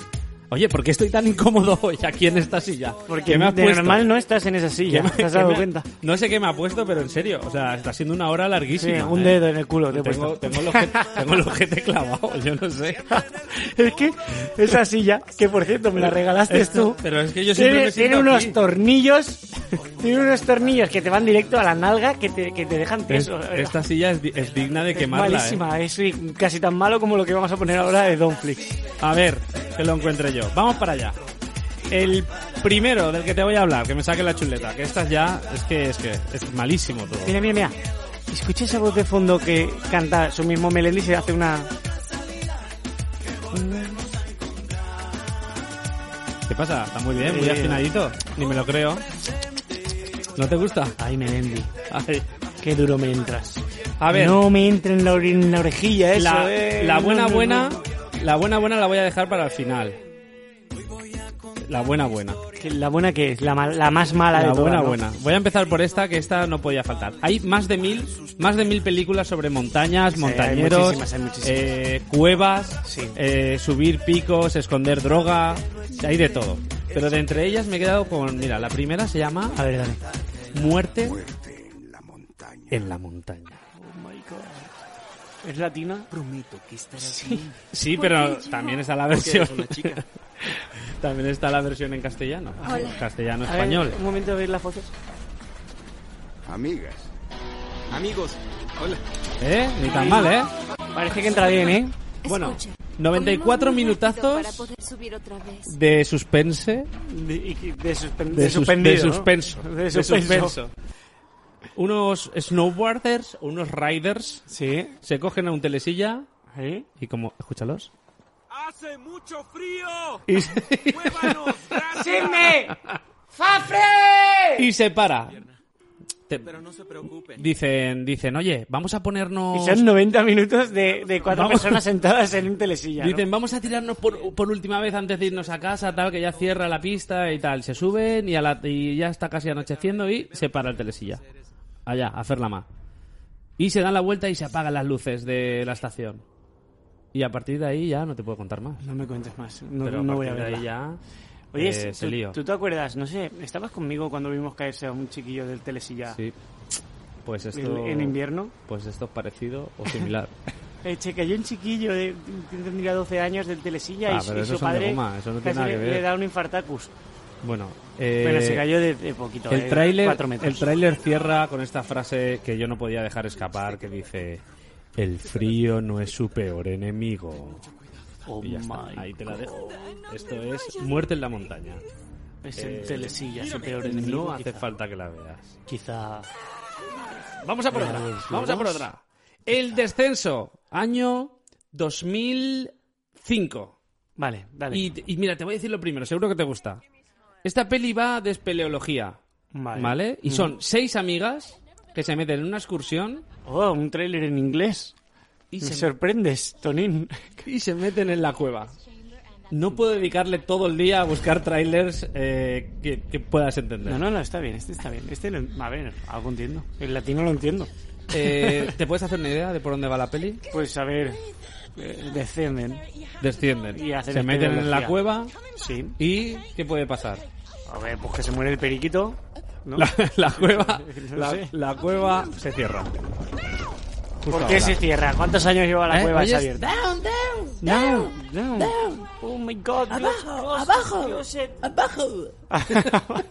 Speaker 1: Oye, ¿por qué estoy tan incómodo hoy aquí en esta silla?
Speaker 2: Porque
Speaker 1: ¿Qué me has
Speaker 2: de
Speaker 1: puesto?
Speaker 2: normal no estás en esa silla,
Speaker 1: ¿Qué me-
Speaker 2: ¿te has
Speaker 1: qué
Speaker 2: dado
Speaker 1: me-
Speaker 2: cuenta?
Speaker 1: No sé qué me ha puesto, pero en serio, o sea, está siendo una hora larguísima.
Speaker 2: Sí, un
Speaker 1: ¿eh?
Speaker 2: dedo en el culo te he
Speaker 1: Tengo,
Speaker 2: puesto.
Speaker 1: tengo, el ojete, tengo el ojete clavado, yo no sé.
Speaker 2: es que esa silla, que por cierto me la regalaste
Speaker 1: Esto-
Speaker 2: tú,
Speaker 1: pero es que yo siempre
Speaker 2: tiene,
Speaker 1: me siento
Speaker 2: tiene unos
Speaker 1: aquí.
Speaker 2: tornillos, tiene unos tornillos que te van directo a la nalga que te, que te dejan
Speaker 1: Es-
Speaker 2: tenso.
Speaker 1: esta silla es, di- es digna de
Speaker 2: Es
Speaker 1: quemarla. ¿eh?
Speaker 2: malísima, es casi tan malo como lo que vamos a poner ahora de Donflix.
Speaker 1: A ver, que lo encuentre yo. Vamos para allá. El primero del que te voy a hablar, que me saque la chuleta, que estas ya es que es que es malísimo todo.
Speaker 2: Mira, mira, mira. Escucha esa voz de fondo que canta su mismo Melendi y se hace una...
Speaker 1: ¿Qué pasa? Está muy bien, muy
Speaker 2: Eh.
Speaker 1: afinadito. Ni me lo creo. ¿No te gusta?
Speaker 2: Ay, Melendi,
Speaker 1: Ay.
Speaker 2: qué duro me entras.
Speaker 1: A ver,
Speaker 2: No me entra en la, ori- en la orejilla eso,
Speaker 1: la,
Speaker 2: eh.
Speaker 1: la
Speaker 2: No,
Speaker 1: buena
Speaker 2: no, no.
Speaker 1: buena, la buena buena la voy a dejar para el final. La buena buena.
Speaker 2: Que ¿La buena que es? La, mal- la más mala de
Speaker 1: La
Speaker 2: todas,
Speaker 1: buena,
Speaker 2: ¿no?
Speaker 1: buena. Voy a empezar por esta, que esta no podía faltar. Hay más de mil, más de mil películas sobre montañas, montañeros,
Speaker 2: hay muchísimas, hay muchísimas.
Speaker 1: eh, cuevas,
Speaker 2: Sí.
Speaker 1: eh, subir picos, esconder droga, hay de todo. Pero de entre ellas me he quedado con, mira, la primera se llama
Speaker 2: A ver, dale.
Speaker 1: Muerte en la montaña.
Speaker 2: ¿Es latina?
Speaker 1: Sí, pero también está la versión. también está la versión en castellano. Castellano
Speaker 2: A
Speaker 1: español.
Speaker 2: ver, un momento a ver las fotos.
Speaker 11: Amigas. Amigos. Hola.
Speaker 1: ¿Eh? Ni tan mal, ¿eh?
Speaker 2: Parece que entra bien, ¿eh?
Speaker 1: Bueno, 94 minutazos
Speaker 8: subir otra vez.
Speaker 1: de suspense
Speaker 2: De, y que- de, suspen-
Speaker 1: de,
Speaker 2: de
Speaker 1: sus-
Speaker 2: suspendido,
Speaker 1: de
Speaker 2: ¿no?
Speaker 1: suspenso.
Speaker 2: De suspenso.
Speaker 1: Unos snowboarders, unos riders,
Speaker 2: Sí.
Speaker 1: se cogen a un telesilla
Speaker 2: ¿Eh?
Speaker 1: y como... Escúchalos.
Speaker 6: ¡Hace mucho frío!
Speaker 1: Y se,
Speaker 2: ¡Sirme!
Speaker 1: y se para. Pero no se preocupen. Dicen, dicen, oye, vamos a
Speaker 2: Y
Speaker 1: ponernos...
Speaker 2: son 90 minutos de, de cuatro
Speaker 1: Vamos.
Speaker 2: personas sentadas en un telesilla. ¿no?
Speaker 1: Dicen, vamos a tirarnos por, por última vez antes de irnos a casa, tal, que ya cierra la pista y tal. Se suben y, a la- y ya está casi anocheciendo y se para el telesilla. Allá, a hacer la más. Y se dan la vuelta y se apagan las luces de la estación. Y a partir de ahí ya no te puedo contar más.
Speaker 2: No me cuentes más, no,
Speaker 1: Pero a
Speaker 2: no voy a
Speaker 1: partir de
Speaker 2: verla.
Speaker 1: ahí ya...
Speaker 2: Oye,
Speaker 1: eh,
Speaker 2: si-
Speaker 1: se
Speaker 2: tú,
Speaker 1: lío.
Speaker 2: ¿tú te acuerdas? No sé, ¿estabas conmigo cuando vimos caerse a un chiquillo del telesilla
Speaker 1: Sí. Pues
Speaker 2: el-
Speaker 1: esto...
Speaker 2: en invierno?
Speaker 1: Pues esto es parecido o similar.
Speaker 2: Eh, che, cayó un chiquillo de, que tendría 12 años del telesilla
Speaker 1: Ah,
Speaker 2: y,
Speaker 1: pero
Speaker 2: y
Speaker 1: esos
Speaker 2: su
Speaker 1: son de
Speaker 2: padre
Speaker 1: goma, eso no tiene
Speaker 2: casi
Speaker 1: nada que
Speaker 2: le,
Speaker 1: ver.
Speaker 2: le da un infartacus.
Speaker 1: bueno, eh,
Speaker 2: Bueno, se cayó de, de poquito,
Speaker 1: El
Speaker 2: de
Speaker 1: tráiler,
Speaker 2: cuatro metros.
Speaker 1: el tráiler cierra con esta frase que yo no podía dejar escapar, que dice: "El frío no es su peor enemigo".
Speaker 2: Oh
Speaker 1: Y ya está,
Speaker 2: my
Speaker 1: ahí te la dejo. Esto es Muerte en la montaña.
Speaker 2: Es
Speaker 1: Eh,
Speaker 2: el telesilla, su peor enemigo.
Speaker 1: No hace
Speaker 2: quizá.
Speaker 1: falta que la veas.
Speaker 2: Quizá.
Speaker 1: Vamos a por
Speaker 2: Eh,
Speaker 1: otra.
Speaker 2: los
Speaker 1: Vamos a por
Speaker 2: lobos.
Speaker 1: otra. El descenso, año 2005.
Speaker 2: Vale, dale.
Speaker 1: Y, y mira, te voy a decir lo primero, seguro que te gusta. Esta peli va de espeleología,
Speaker 2: Vale. Mm.
Speaker 1: ¿vale? Y son seis amigas que se meten en una excursión
Speaker 2: Oh, un tráiler en inglés.
Speaker 1: y
Speaker 2: Me
Speaker 1: se,
Speaker 2: sorprendes, Tonín.
Speaker 1: y se meten en la cueva. No puedo dedicarle todo el día a buscar trailers eh, que, que puedas entender.
Speaker 2: No, no, no, está bien, este está bien. Este, lo- a ver, algo entiendo. El latino lo entiendo.
Speaker 1: Eh, ¿Te puedes hacer una idea de por dónde va la peli?
Speaker 2: Pues a ver, eh, descenden.
Speaker 1: Descienden,
Speaker 2: Y hacen
Speaker 1: se meten en la
Speaker 2: espeleología.
Speaker 1: cueva
Speaker 2: Sí.
Speaker 1: y ¿qué puede pasar?
Speaker 2: A ver, pues que se muere el periquito. ¿no?
Speaker 1: La, la cueva,
Speaker 2: No
Speaker 1: la,
Speaker 2: sé.
Speaker 1: la cueva se cierra. Justo
Speaker 2: ¿Por qué
Speaker 1: ahora.
Speaker 2: se cierra? ¿Cuántos años lleva la
Speaker 1: ¿Eh?
Speaker 2: cueva esa
Speaker 1: Oyes,
Speaker 2: abierta?
Speaker 1: No,
Speaker 2: No. Oh my god. Abajo,
Speaker 3: abajo.
Speaker 2: abajo.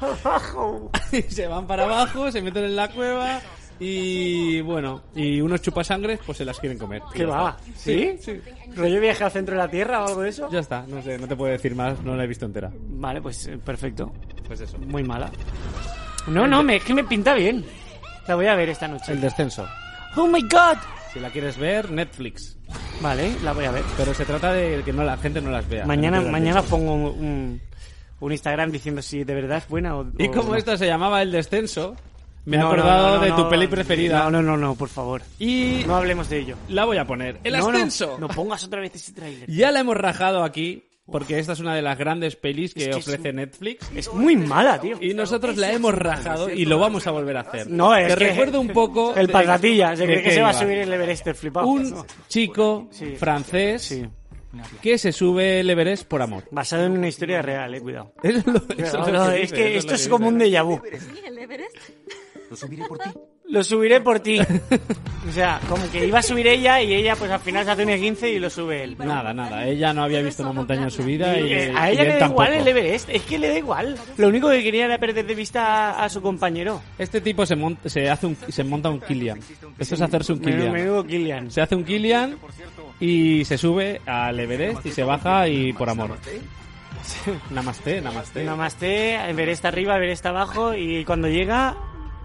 Speaker 2: abajo.
Speaker 1: Y se van para abajo, se meten en la cueva y bueno, y unos chupasangres pues se las quieren comer. Y
Speaker 2: ¿Qué
Speaker 1: ya
Speaker 2: va?
Speaker 1: está.
Speaker 2: ¿Sí? ¿Rollo viaje al centro de la Tierra o algo de eso?
Speaker 1: Ya está, no sé, no te puedo decir más, no la he visto entera.
Speaker 2: Vale, pues eh, perfecto.
Speaker 1: Pues eso.
Speaker 2: Muy mala. No, no, me, es que me pinta bien. La voy a ver esta noche.
Speaker 1: El descenso.
Speaker 2: Oh my god.
Speaker 1: Si la quieres ver, Netflix.
Speaker 2: Vale, la voy a ver.
Speaker 1: Pero se trata de que no la gente no las vea.
Speaker 2: Mañana,
Speaker 1: No te las
Speaker 2: mañana
Speaker 1: vea.
Speaker 2: pongo un, un- un Instagram diciendo si de verdad es buena o.
Speaker 1: Y
Speaker 2: o
Speaker 1: como
Speaker 2: no.
Speaker 1: esto se llamaba El descenso, me he
Speaker 2: No, no,
Speaker 1: acordado
Speaker 2: no, no,
Speaker 1: de tu
Speaker 2: no,
Speaker 1: peli preferida.
Speaker 2: No, no, no, no, por favor.
Speaker 1: Y
Speaker 2: No hablemos de ello.
Speaker 1: la voy a poner. El
Speaker 2: No, no,
Speaker 1: ascenso.
Speaker 2: No, pongas otra vez ese tráiler.
Speaker 1: Ya la hemos rajado aquí porque esta es una de las grandes pelis que,
Speaker 2: que es
Speaker 1: ofrece
Speaker 2: un-
Speaker 1: Netflix.
Speaker 2: Es muy mala, tío.
Speaker 1: Y nosotros la hemos rajado y lo vamos a volver a hacer.
Speaker 2: No, es
Speaker 1: Te
Speaker 2: que-
Speaker 1: recuerdo un poco.
Speaker 2: El
Speaker 1: de-
Speaker 2: patatilla, se
Speaker 1: de
Speaker 2: cree que
Speaker 1: qué
Speaker 2: se va a
Speaker 1: iba.
Speaker 2: subir el Everest el flipado.
Speaker 1: Un chico
Speaker 2: Sí.
Speaker 1: francés
Speaker 2: Sí.
Speaker 1: que se sube el Everest por amor.
Speaker 2: Basado en una historia real, eh, cuidado.
Speaker 1: Eso es lo- eso
Speaker 2: Cuidado,
Speaker 1: es lo
Speaker 2: no,
Speaker 1: que
Speaker 2: es
Speaker 1: dice,
Speaker 2: que
Speaker 1: eso es
Speaker 2: esto
Speaker 1: lo
Speaker 2: es
Speaker 1: que
Speaker 2: como un
Speaker 1: dice.
Speaker 2: déjà vu.
Speaker 12: ¿Sí, el Everest?
Speaker 9: Lo subiré por ti.
Speaker 2: Lo subiré por ti. O sea, como que iba a subir ella y ella pues al final se hace un esguince y lo sube él.
Speaker 1: Nada, nada. Ella no había visto una montaña en su vida y,
Speaker 2: Eh, a
Speaker 1: y
Speaker 2: ella
Speaker 1: él
Speaker 2: le da
Speaker 1: tampoco.
Speaker 2: igual el Everest, es que le da igual. Lo único que quería era perder de vista a, a su compañero.
Speaker 1: Este tipo se monta, se hace un, se monta un Killian. Esto es hacerse un
Speaker 2: Menudo-
Speaker 1: Killian.
Speaker 2: menudo Killian.
Speaker 1: Se hace un Killian y se sube al Everest y se baja y por amor. Namaste, namaste.
Speaker 2: Namaste, Everest arriba, Everest abajo y cuando llega,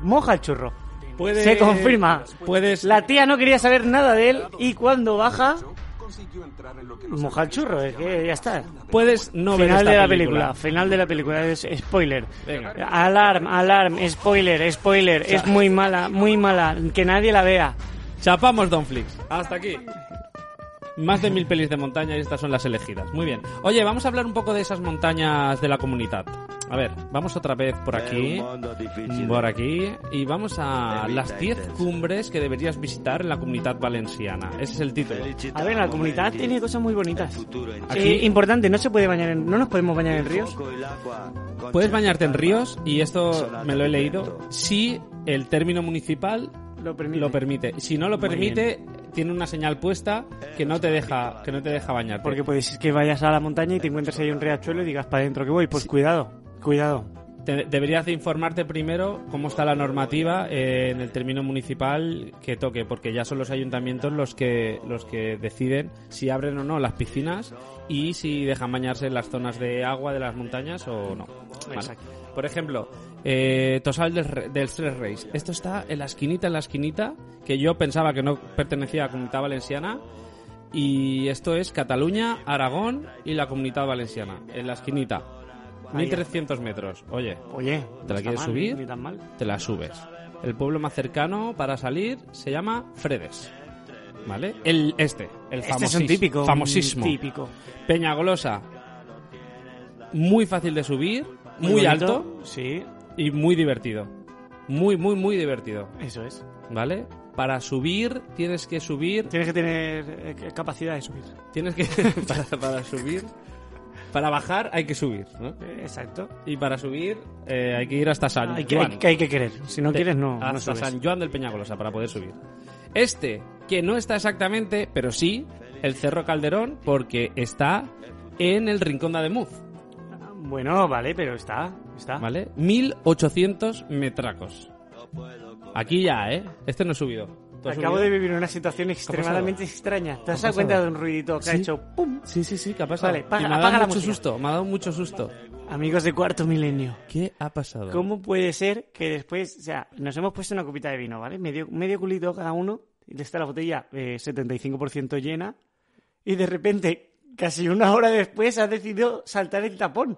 Speaker 2: moja el churro.
Speaker 1: Puede-
Speaker 2: Se confirma.
Speaker 1: Puedes...
Speaker 2: La tía no quería saber nada de él y cuando baja,
Speaker 13: consiguió entrar en lo que
Speaker 2: moja el churro, es que ya está.
Speaker 1: Puedes no
Speaker 2: final
Speaker 1: ver esta
Speaker 2: de
Speaker 1: película.
Speaker 2: la película. Final de la película, es spoiler.
Speaker 1: Venga.
Speaker 2: Alarm, alarm, spoiler, spoiler.
Speaker 1: Cha-
Speaker 2: Es muy mala, muy mala. Que nadie la vea.
Speaker 1: Chapamos Donflix. Hasta aquí. Más de mil pelis de montaña y estas son las elegidas. Muy bien. Oye, vamos a hablar un poco de esas montañas de la comunidad. A ver, vamos otra vez por aquí. Por aquí. Y vamos a las 10 cumbres que deberías visitar en la comunidad valenciana. Ese es el título.
Speaker 2: A ver, la comunidad tiene cosas muy bonitas.
Speaker 1: Aquí-
Speaker 2: Eh, importante, no se puede bañar en- no nos podemos bañar en ríos.
Speaker 1: Puedes bañarte en ríos, y esto me lo he leído, si el término municipal
Speaker 2: lo permite.
Speaker 1: Si no lo
Speaker 2: Muy
Speaker 1: permite, tiene una señal puesta que no te deja, que no te deja bañarte.
Speaker 2: Porque puede ser que vayas a la montaña y te encuentres ahí un riachuelo y digas para adentro que voy. Pues cuidado, cuidado.
Speaker 1: Te- deberías de informarte primero cómo está la normativa eh, en el término municipal que toque, porque ya son los ayuntamientos los que los que deciden si abren o no las piscinas y si dejan bañarse en las zonas de agua de las montañas o no. Vale.
Speaker 2: Exacto.
Speaker 1: Por ejemplo, eh, Tosal del, Re- del Tres Reis. Esto está en la esquinita, en la esquinita, que yo pensaba que no pertenecía a la comunidad valenciana. Y esto es Cataluña, Aragón y la comunidad valenciana, en la esquinita.
Speaker 2: Ahí.
Speaker 1: 1300 metros. Oye, ¿te
Speaker 2: Oye,
Speaker 1: la
Speaker 2: no está
Speaker 1: quieres
Speaker 2: mal,
Speaker 1: subir?
Speaker 2: ni tan mal.
Speaker 1: Te la subes. El pueblo más cercano para salir se llama Fredes. ¿Vale? El este, el
Speaker 2: Este es un
Speaker 1: famosís-
Speaker 2: típico, un
Speaker 1: famosísimo.
Speaker 2: típico.
Speaker 1: Peñagolosa. Muy fácil de subir, muy,
Speaker 2: bonito,
Speaker 1: alto
Speaker 2: Sí,
Speaker 1: y muy divertido. Muy, muy, muy divertido.
Speaker 2: eso es.
Speaker 1: ¿Vale? Para subir tienes que subir.
Speaker 2: Tienes que tener eh, capacidad de subir.
Speaker 1: Tienes que. para, para subir. Para bajar hay que subir, ¿no?
Speaker 2: Exacto.
Speaker 1: Y para subir eh, hay que ir hasta San
Speaker 2: Hay que,
Speaker 1: Juan.
Speaker 2: hay que- hay que querer. Si no
Speaker 1: Te-
Speaker 2: quieres, no,
Speaker 1: Hasta
Speaker 2: no subes.
Speaker 1: San Juan del Peñagolosa para poder subir. Este, que no está exactamente, pero sí, el Cerro Calderón, porque está en el Rincón de Ademuz,
Speaker 2: Bueno, vale, pero está. está.
Speaker 1: ¿vale? 1800 metracos. Aquí ya, ¿eh? Este no he subido. ¿Tú has
Speaker 2: Acabo
Speaker 1: subido?
Speaker 2: de vivir una situación extremadamente extraña. ¿Te
Speaker 1: ha
Speaker 2: has
Speaker 1: pasado?
Speaker 2: dado cuenta de un ruidito que ha
Speaker 1: Sí.
Speaker 2: hecho pum?
Speaker 1: Sí, sí, sí, que ha pasado.
Speaker 2: Vale,
Speaker 1: Y
Speaker 2: apaga,
Speaker 1: me ha
Speaker 2: apaga
Speaker 1: dado
Speaker 2: la
Speaker 1: mucho
Speaker 2: música.
Speaker 1: susto, me ha dado mucho susto.
Speaker 2: Amigos de cuarto milenio.
Speaker 1: ¿Qué ha pasado?
Speaker 2: ¿Cómo puede ser que después, o sea, nos hemos puesto una copita de vino, ¿vale? Medio, medio culito cada uno, y está la botella eh, 75% llena, y de repente, casi una hora después, has decidido saltar el tapón.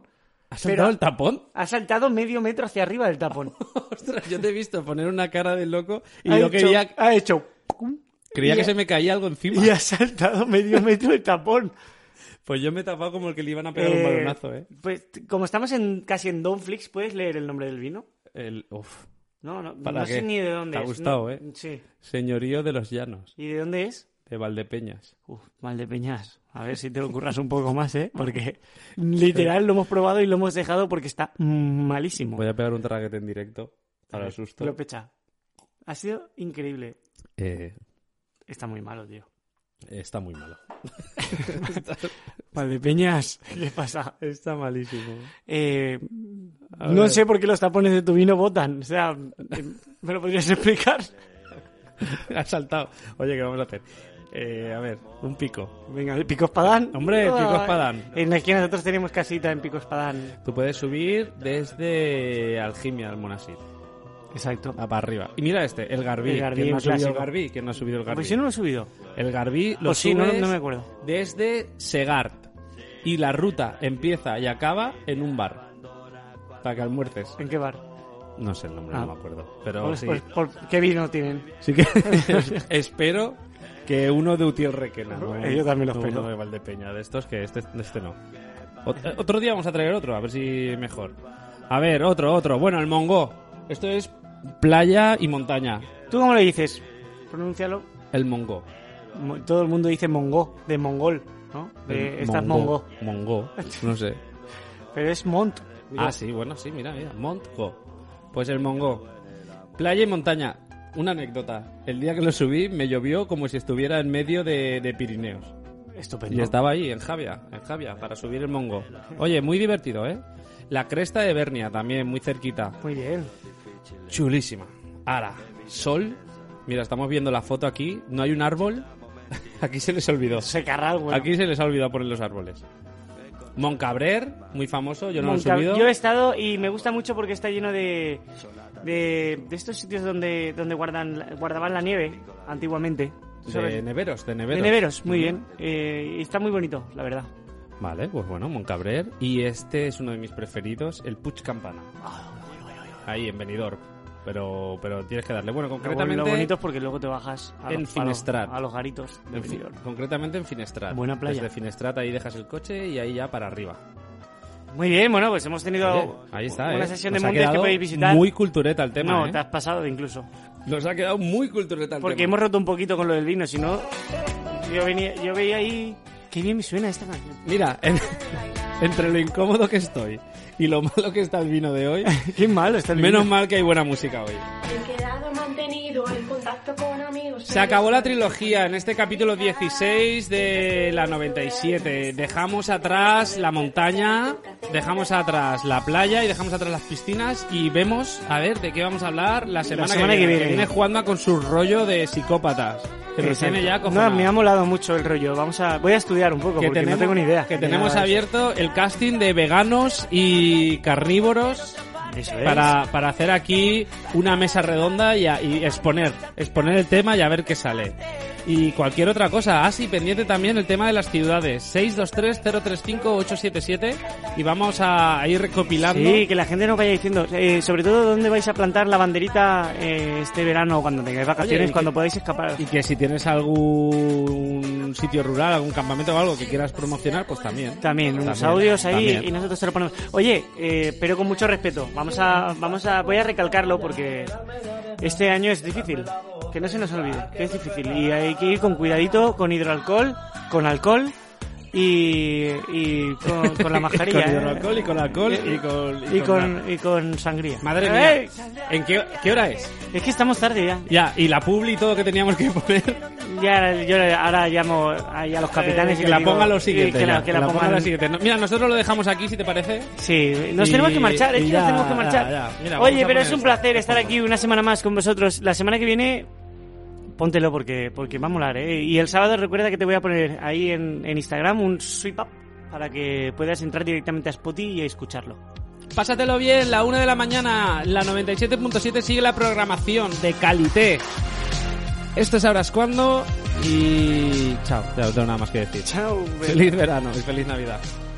Speaker 1: ¿Ha saltado
Speaker 2: Pero-
Speaker 1: el tapón?
Speaker 2: Ha saltado medio metro hacia arriba del tapón.
Speaker 1: Ostras, yo te he visto poner una cara de loco y
Speaker 2: ha,
Speaker 1: yo
Speaker 2: hecho,
Speaker 1: quería,
Speaker 2: ha hecho
Speaker 1: creía
Speaker 2: y
Speaker 1: que
Speaker 2: ha-
Speaker 1: se me caía algo encima.
Speaker 2: y ha saltado medio metro el tapón.
Speaker 1: Pues yo me he tapado como el que le iban a pegar un
Speaker 2: Eh,
Speaker 1: balonazo, ¿eh?
Speaker 2: Pues t- como estamos en casi en Donflix, ¿puedes leer el nombre del vino?
Speaker 1: El, uf,
Speaker 2: No, no,
Speaker 1: ¿Para
Speaker 2: no sé
Speaker 1: qué?
Speaker 2: ni de dónde
Speaker 1: Te ha
Speaker 2: es.
Speaker 1: gustado,
Speaker 2: no-
Speaker 1: ¿eh?
Speaker 2: Sí.
Speaker 1: señorío de los llanos,
Speaker 2: ¿Y de dónde es?
Speaker 1: de Valdepeñas.
Speaker 2: Uf, mal de peñas. A ver si te lo curras un poco más, ¿eh? Porque literal lo hemos probado y lo hemos dejado porque está malísimo.
Speaker 1: Voy a pegar un traguete en directo para el susto.
Speaker 2: Lo pecha. Ha sido increíble.
Speaker 1: Eh,
Speaker 2: Está muy malo, tío.
Speaker 1: está muy malo.
Speaker 2: Valdepeñas, ¿qué pasa?
Speaker 1: Está malísimo.
Speaker 2: Eh,
Speaker 1: A
Speaker 2: no
Speaker 1: ver.
Speaker 2: sé por qué los tapones de tu vino botan. O sea, eh, ¿me lo podrías explicar?
Speaker 1: ha saltado. Oye, ¿qué vamos a hacer? Eh, a ver, un pico.
Speaker 2: Venga, el pico espadán. Ah,
Speaker 1: Hombre, el pico espadán.
Speaker 2: En la esquina nosotros tenemos casita en pico espadán.
Speaker 1: Tú puedes subir desde Algimia al Monastir,
Speaker 2: Exacto.
Speaker 1: a para arriba. Y mira este, el Garbí.
Speaker 2: El Garbí,
Speaker 1: ¿Quién no ha
Speaker 2: un
Speaker 1: subido el
Speaker 2: clásico.
Speaker 1: Garbí? ¿Quién no ha subido el Garbí?
Speaker 2: Pues yo no lo he subido.
Speaker 1: El Garbí lo
Speaker 2: O sí, no-
Speaker 1: subes
Speaker 2: no me acuerdo.
Speaker 1: desde Segart. Y la ruta empieza y acaba en un bar. Para que almuerces.
Speaker 2: ¿En qué bar?
Speaker 1: No sé el nombre,
Speaker 2: Ah.
Speaker 1: no me acuerdo. Pero
Speaker 2: Pues-
Speaker 1: sí.
Speaker 2: pues- por- ¿Qué vino tienen?
Speaker 1: Sí que pues, espero que uno de Utiel Requena. ¿no?
Speaker 2: Eh, yo también lo
Speaker 1: No
Speaker 2: espero.
Speaker 1: Uno de Valdepeña, de estos que este, de este no. Ot- eh, otro día vamos a traer otro, a ver si mejor. A ver, otro, otro. Bueno, el Mongó. Esto es playa y montaña.
Speaker 2: ¿Tú cómo lo dices? Pronúncialo.
Speaker 1: El Mongó.
Speaker 2: Mo- Todo el mundo dice mongó, de mongol. ¿no? De estas Eh, Mongo.
Speaker 1: Mongo, no sé.
Speaker 2: Pero es Mont.
Speaker 1: Ah, sí, bueno, sí, mira, mira. Montgo. Pues el Mongo. Playa y montaña. Una anécdota. El día que lo subí me llovió como si estuviera en medio de, de Pirineos.
Speaker 2: Estupendo.
Speaker 1: Y estaba ahí, en Javia, en Javia, para subir el Mongo. Oye, muy divertido, ¿eh? La cresta de Bernia, también, muy cerquita.
Speaker 2: Muy bien.
Speaker 1: Chulísima. Ahora, sol. Mira, estamos viendo la foto aquí. No hay un árbol. aquí se les olvidó.
Speaker 2: Se carral, bueno.
Speaker 1: Aquí se les ha olvidado poner los árboles. Moncabrer, muy famoso, yo no
Speaker 2: Monca-
Speaker 1: lo he subido.
Speaker 2: Yo he estado y me gusta mucho porque está lleno de, de, de estos sitios donde, donde guardan, guardaban la nieve antiguamente.
Speaker 1: De
Speaker 2: ¿Sabes?
Speaker 1: neveros, de neveros.
Speaker 2: De neveros, muy bien. Eh, y está muy bonito, la verdad.
Speaker 1: Vale, pues bueno, Moncabrer. Y este es uno de mis preferidos, el Puig Campana.
Speaker 2: Ah,
Speaker 1: Ahí, en Benidorm. Pero, pero tienes que darle. Bueno, concretamente...
Speaker 2: Lo bonito es porque luego te bajas
Speaker 1: en
Speaker 2: a, los, a los-
Speaker 1: Finestrat.
Speaker 2: a los garitos. de
Speaker 1: En fin-
Speaker 2: Benidorm.
Speaker 1: concretamente en Finestrat.
Speaker 2: Buena playa.
Speaker 1: Desde Finestrat ahí dejas el coche y ahí ya para arriba.
Speaker 2: Muy bien, bueno, pues hemos tenido
Speaker 1: Oye, ahí está,
Speaker 2: una
Speaker 1: ¿eh?
Speaker 2: sesión
Speaker 1: Nos
Speaker 2: de
Speaker 1: ha
Speaker 2: montes que
Speaker 1: quedado
Speaker 2: podéis visitar.
Speaker 1: Muy cultureta el tema,
Speaker 2: no,
Speaker 1: ¿eh?
Speaker 2: te has pasado incluso.
Speaker 1: Nos ha quedado muy cultureta el
Speaker 2: Porque
Speaker 1: tema.
Speaker 2: hemos roto un poquito con lo del vino, si no... Yo, venía, yo veía ahí... Qué bien me suena esta canción.
Speaker 1: Mira, en- entre lo incómodo que estoy y lo malo que está el vino de hoy...
Speaker 2: Qué malo está el
Speaker 1: Menos
Speaker 2: vino.
Speaker 1: mal que hay buena música hoy.
Speaker 12: He quedado mantenido en contacto con amigos.
Speaker 1: Se acabó la trilogía en este capítulo 16 de la 97. Dejamos atrás la montaña, dejamos atrás la playa y dejamos atrás las piscinas y vemos a ver de qué vamos a hablar la semana,
Speaker 2: semana que viene.
Speaker 1: Viene Juanma con su rollo de psicópatas. Que nos
Speaker 2: Exacto.
Speaker 1: tiene ya
Speaker 2: No,
Speaker 1: acojonado.
Speaker 2: me ha molado mucho el rollo. Vamos a, voy a estudiar un poco
Speaker 1: que
Speaker 2: porque
Speaker 1: tenemos,
Speaker 2: no tengo ni idea.
Speaker 1: Que
Speaker 2: de
Speaker 1: tenemos
Speaker 2: nada de eso.
Speaker 1: abierto el casting de veganos y carnívoros
Speaker 2: es.
Speaker 1: para, para hacer aquí una mesa redonda y, a- y exponer, exponer el tema y a ver qué sale. Y cualquier otra cosa. Ah, sí, pendiente también el tema de las ciudades. 623-035-877 y vamos a, a ir recopilando.
Speaker 2: Sí, que la gente nos vaya diciendo, eh, sobre todo dónde vais a plantar la banderita eh, este verano cuando tengáis vacaciones,
Speaker 1: y
Speaker 2: cuando
Speaker 1: que-
Speaker 2: podáis escapar.
Speaker 1: Y que si tienes algún sitio rural, algún campamento o algo que quieras promocionar, pues también.
Speaker 2: También, unos
Speaker 1: También,
Speaker 2: audios ahí
Speaker 1: también.
Speaker 2: y nosotros te lo ponemos. Oye, eh, pero con mucho respeto. Vamos a, vamos a, voy a recalcarlo porque este año es difícil. Que no se nos olvide, que es difícil. Y hay que ir con cuidadito, con hidroalcohol, con alcohol y, y con, con la mascarilla.
Speaker 1: Con
Speaker 2: ¿eh?
Speaker 1: hidroalcohol y con alcohol y con-
Speaker 2: y
Speaker 1: y con
Speaker 2: con, y con sangría.
Speaker 1: Madre mía.
Speaker 2: ¡Ey!
Speaker 1: ¿En qué, qué hora es?
Speaker 2: Es que estamos tarde ya.
Speaker 1: Ya, y la publi y todo que teníamos que poner.
Speaker 2: Ya, yo ahora llamo ahí a los capitanes
Speaker 1: Eh,
Speaker 2: y
Speaker 1: que la
Speaker 2: les digo-
Speaker 1: ponga lo siguiente.
Speaker 2: Que la,
Speaker 1: ya,
Speaker 2: que la pongan-
Speaker 1: lo siguiente. No, mira, nosotros lo dejamos aquí, si te parece.
Speaker 2: Sí, Nos
Speaker 1: Y-
Speaker 2: tenemos que marchar, es
Speaker 1: y
Speaker 2: que
Speaker 1: ya,
Speaker 2: nos tenemos que
Speaker 1: ya,
Speaker 2: marchar.
Speaker 1: ya. Mira, vamos
Speaker 2: Oye,
Speaker 1: a
Speaker 2: pero
Speaker 1: poner
Speaker 2: es un
Speaker 1: esto.
Speaker 2: placer estar aquí una semana más con vosotros. La semana que viene, póntelo porque, porque va a molar, ¿eh? Y el sábado recuerda que te voy a poner ahí en, en Instagram un sweep up para que puedas entrar directamente a Spotify y escucharlo.
Speaker 1: Pásatelo bien, la 1 de la mañana, la 97.7 sigue la programación de Calité. Esto sabrás cuándo y chao, no tengo nada más que decir.
Speaker 2: Chao,
Speaker 1: Feliz verano y feliz Navidad.